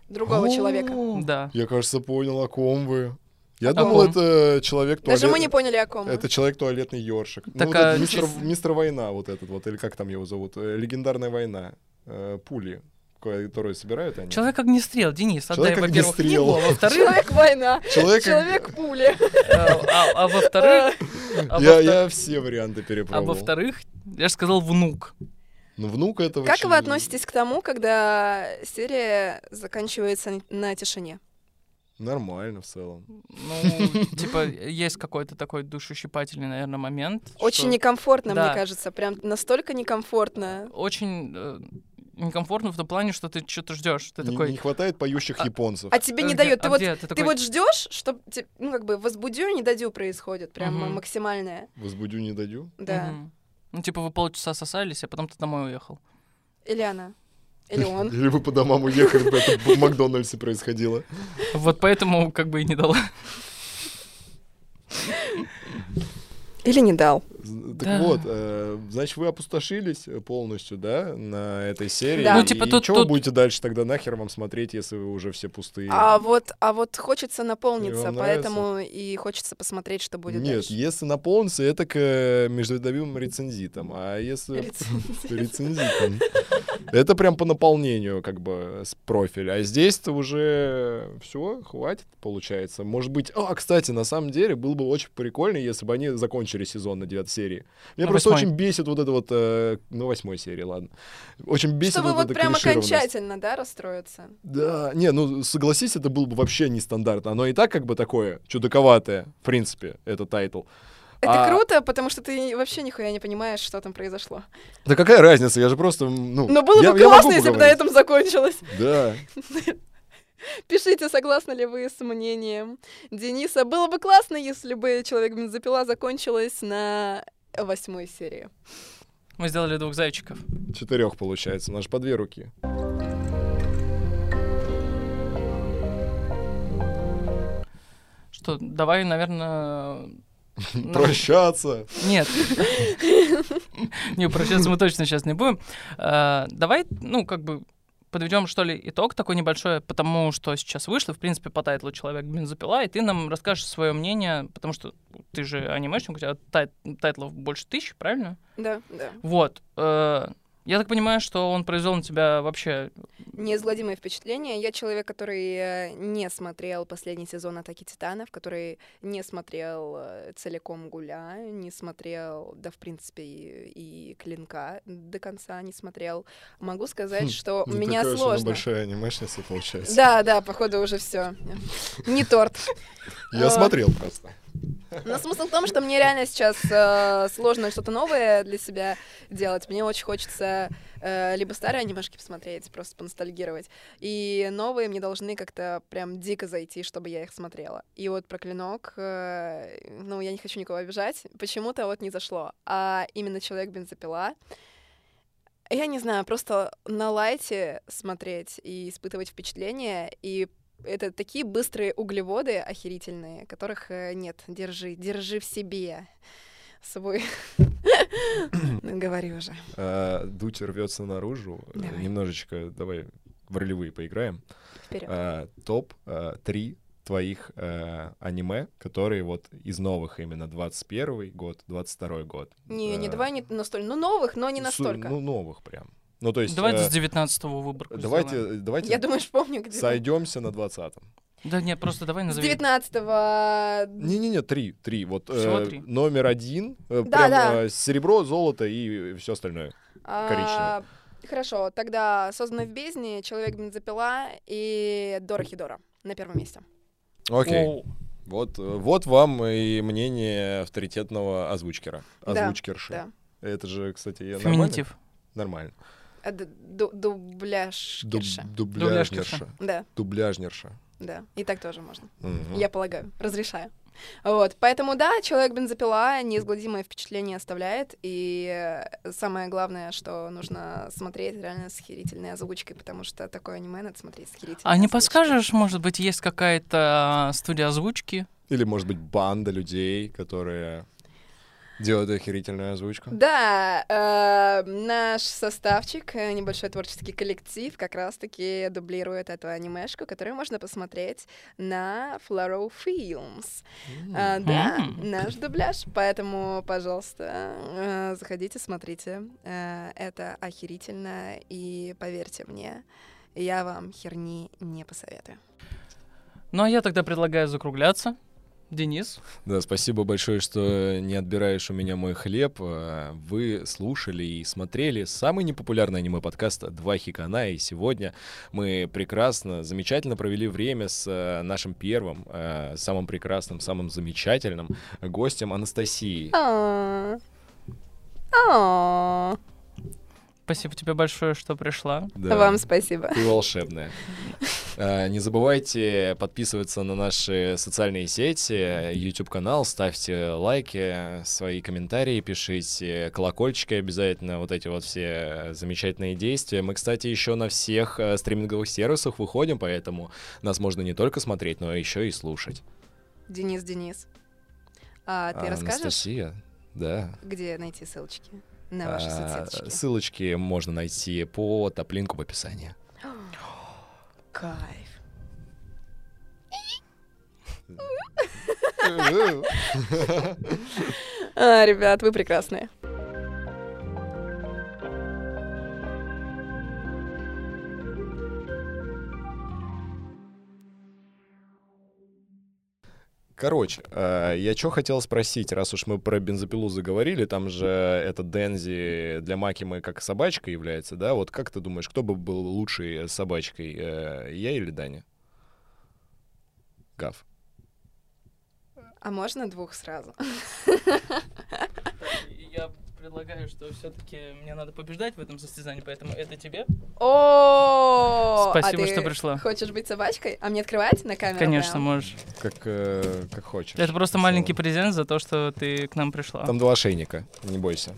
S3: Другого
S1: О,
S3: человека.
S2: Да.
S1: Я, кажется, понял, о ком вы. Я
S2: О
S1: думал,
S2: ком?
S1: это человек туалет...
S3: Даже мы не поняли, о ком. мы.
S1: Это человек туалетный ёршик. Ну,
S2: Так,
S1: вот этот
S2: а,
S1: мистер,
S2: чис-
S1: мистер Война, вот этот вот, или как там его зовут? Э, Легендарная война. Э, Пули, которые собирают они.
S2: Человек огнестрел, Денис, отдай,
S1: Человек
S2: во-первых,
S1: огнестрел.
S2: книгу, а во-вторых,
S3: Человек война.
S1: Человек-
S3: Человек пули.
S2: э, а а во-вторых, а
S1: Я,
S2: во-вторых-
S1: я все варианты
S2: а
S1: перепробовал.
S2: во-вторых, я же сказал внук.
S1: Ну, внук этого...
S3: Как вы относитесь к тому, когда серия заканчивается н- на тишине?
S1: Нормально в целом.
S2: Ну, типа, есть какой-то такой душещипательный, наверное, момент. что-
S3: Очень некомфортно,
S2: Да.
S3: мне кажется. Прям настолько некомфортно.
S2: Очень э, некомфортно в том плане, что ты что-то ждешь. Ты
S1: Не,
S2: такой...
S1: не хватает поющих
S2: А-
S1: японцев.
S3: А тебе не
S2: «А
S3: дает.
S2: где-
S3: Ты
S2: а
S3: вот,
S2: где?» Ты
S3: ты
S2: такой,
S3: вот ждешь, что те- ну как бы возбудю, не дадю происходит. Прям
S2: Мгм.
S3: максимальное.
S1: Возбудю, не дадю.
S3: Да.
S2: «Мгм». Ну, типа, вы полчаса сосались, а потом ты домой уехал.
S3: Или она. Или он.
S1: Или вы по домам уехали, бы это в Макдональдсе происходило.
S2: Вот поэтому как бы и не дала.
S3: Или не дал.
S1: З-
S2: Да.
S1: Так вот, э, значит, вы опустошились полностью, да, на этой серии?
S3: Да.
S2: Ну, типа,
S1: И
S2: тут-
S1: чё вы
S2: тут-
S1: будете дальше тогда нахер вам смотреть, если вы уже все пустые?
S3: А вот, а вот хочется наполниться,
S1: вам нравится?
S3: поэтому и хочется посмотреть, что будет
S1: Нет,
S3: дальше.
S1: если наполнится, это к э, межвидовым рецензитам. А если...
S3: Рецензия.
S1: Рецензитам. Это прям по наполнению, как бы, с профиля. А здесь-то уже все, хватит, получается. Может быть... А, кстати, на самом деле, было бы очень прикольно, если бы они закончили сезон на девятой серии. Меня
S2: На
S1: просто
S2: восьмой.
S1: очень бесит вот это вот... э, ну, восьмой серии, ладно. Очень бесит
S3: Чтобы вот
S1: эта
S3: прям
S1: клишированность.
S3: окончательно, да, расстроиться.
S1: Да, не, ну согласись, это было бы вообще нестандартно. Оно и так как бы такое чудаковатое, в принципе, это тайтл.
S3: Это
S1: А-
S3: круто, потому что ты вообще нихуя не понимаешь, что там произошло.
S1: Да какая разница, я же просто, м, ну...
S3: Но было
S1: я-
S3: бы
S1: я могу
S3: классно, если бы на
S1: поговорить.
S3: этом закончилось.
S1: Да.
S3: Пишите, согласны ли вы с мнением Дениса. Было бы классно, если бы человек бензопила закончилась на восьмой серии.
S2: Мы сделали двух зайчиков.
S1: Четырех получается, у нас же по две руки.
S2: Что, давай, наверное...
S3: Ну.
S2: на-
S1: Прощаться.
S2: Нет. Не, прощаться мы точно сейчас не будем. А, Давай, ну, как бы подведем, что ли, итог такой небольшой, потому что сейчас вышло, в принципе, по тайтлу «Человек бензопила», и ты нам расскажешь свое мнение, потому что ты же анимешник, у тебя тай- тайтлов больше тысячи, правильно?
S3: Да, да.
S2: Вот. э, Я так понимаю, что он произвел на тебя вообще...
S3: Неизгладимое впечатление. Я человек, который э, не смотрел последний сезон «Атаки Титанов», который не смотрел э, целиком «Гуля», не смотрел, да, в принципе, и, и «Клинка» до конца не смотрел. Могу
S1: Хм,
S3: сказать, что
S1: Ну,
S3: меня
S1: такая уж она
S3: сложно...
S1: большая анимешница получается.
S3: Да, да, походу уже все. Не торт.
S1: Я
S3: А.
S1: смотрел просто.
S3: Но смысл в том, что мне реально сейчас э, сложно что-то новое для себя делать. Мне очень хочется э, либо старые анимешки посмотреть, просто поностальгировать, и новые мне должны как-то прям дико зайти, чтобы я их смотрела. И вот про клинок, э, ну, я не хочу никого обижать, почему-то вот не зашло. А именно «Человек-бензопила» Я не знаю, просто на лайте смотреть и испытывать впечатление, и это такие быстрые углеводы охерительные, которых э, нет. Держи, держи в себе свой... Ну, Говори уже.
S1: А, Дуть рвется наружу.
S3: Давай.
S1: Немножечко, давай, в ролевые поиграем.
S3: Вперед.
S1: Э, топ 3 твоих э, аниме, которые вот из новых именно 21 год, 22 год.
S3: Не, не
S1: Э,
S3: два, не настолько. Ну, новых, но не
S1: су-
S3: настолько.
S1: Ну, новых прям. Ну, то есть...
S2: Давайте
S1: э,
S2: с 19-го выборку сделаем.
S1: давайте, давайте
S3: Я думаю, что помню, где.
S1: сойдемся на 20
S2: Да нет, просто давай
S3: С
S2: назови.
S3: 19
S1: Не-не-не, три, три. Вот э,
S2: Всего три.
S1: номер один, э,
S3: Да,
S1: прям
S3: да.
S1: э, серебро, золото и все остальное.
S3: А,
S1: Коричневый.
S3: Хорошо, тогда «Создано в бездне», «Человек бензопила» и «Дора Хидора» на первом месте.
S1: Окей.
S2: О,
S1: Вот, э, вот вам и мнение авторитетного озвучкера.
S3: Да,
S1: Озвучкерши.
S3: да.
S1: Это же, кстати, я нормально?
S2: Феминитив.
S1: Нормально.
S3: А, д- ду- Дубляж
S1: Дуб-
S3: Кирша.
S1: Дубляжнерша.
S3: Да,
S1: Дубляжнерша.
S3: да, и так тоже можно.
S1: Мгм.
S3: Я полагаю, разрешаю. Вот, поэтому да, человек бензопила неизгладимое впечатление оставляет, и э, самое главное, что нужно смотреть реально с херительной озвучкой, потому что такое аниме надо смотреть с херительной
S2: А не
S3: озвучкой.
S2: подскажешь, может быть, есть какая-то а, студия озвучки?
S1: Или, может быть, банда людей, которые делают охерительную озвучку.
S3: Да, э, наш составчик, э, небольшой творческий коллектив, как раз-таки дублирует эту анимешку, которую можно посмотреть на Flaro Films. Э, да,
S2: М.
S3: наш дубляж, поэтому, пожалуйста, э, заходите, смотрите. Э, это охерительно, и поверьте мне, я вам херни не посоветую.
S2: Ну, а я тогда предлагаю закругляться. Денис,
S1: Да, спасибо большое, что не отбираешь у меня мой хлеб. Э, Вы слушали и смотрели самый непопулярный аниме подкаст «Два хикана», и сегодня мы прекрасно, замечательно провели время с э, нашим первым, э, самым прекрасным, самым замечательным гостем Анастасией.
S3: А. А.
S2: спасибо тебе большое, что пришла.
S1: Да.
S3: Вам спасибо.
S1: Ты волшебная. Э, Не забывайте подписываться на наши социальные сети, YouTube-канал, ставьте лайки, свои комментарии, пишите колокольчики обязательно, вот эти вот все замечательные действия. Мы, кстати, еще на всех э, стриминговых сервисах выходим, поэтому нас можно не только смотреть, но еще и слушать.
S3: Денис, Денис. А ты расскажешь?
S1: Анастасия, да.
S3: Где найти ссылочки на ваши
S1: А,
S3: соцсеточки?
S1: Ссылочки можно найти по топлинку в описании.
S3: Кайф. А, ребят, вы прекрасные.
S1: Короче, э, я что хотел спросить, раз уж мы про бензопилу заговорили, там же этот Дензи для Макимы как собачка является, да? Вот как ты думаешь, кто бы был лучшей собачкой, э, я или Даня? Гав.
S3: А можно двух сразу?
S2: Я предлагаю, что все-таки мне надо побеждать в этом состязании, поэтому это тебе.
S3: О, а
S2: Спасибо,
S3: ты
S2: что пришла.
S3: Хочешь быть собачкой? А мне открывать на камеру?
S2: Конечно,
S3: прям?
S2: можешь.
S1: Как, э, как хочешь.
S2: Это просто
S1: Целом.
S2: маленький презент за то, что ты к нам пришла.
S1: Там два ошейника, не бойся.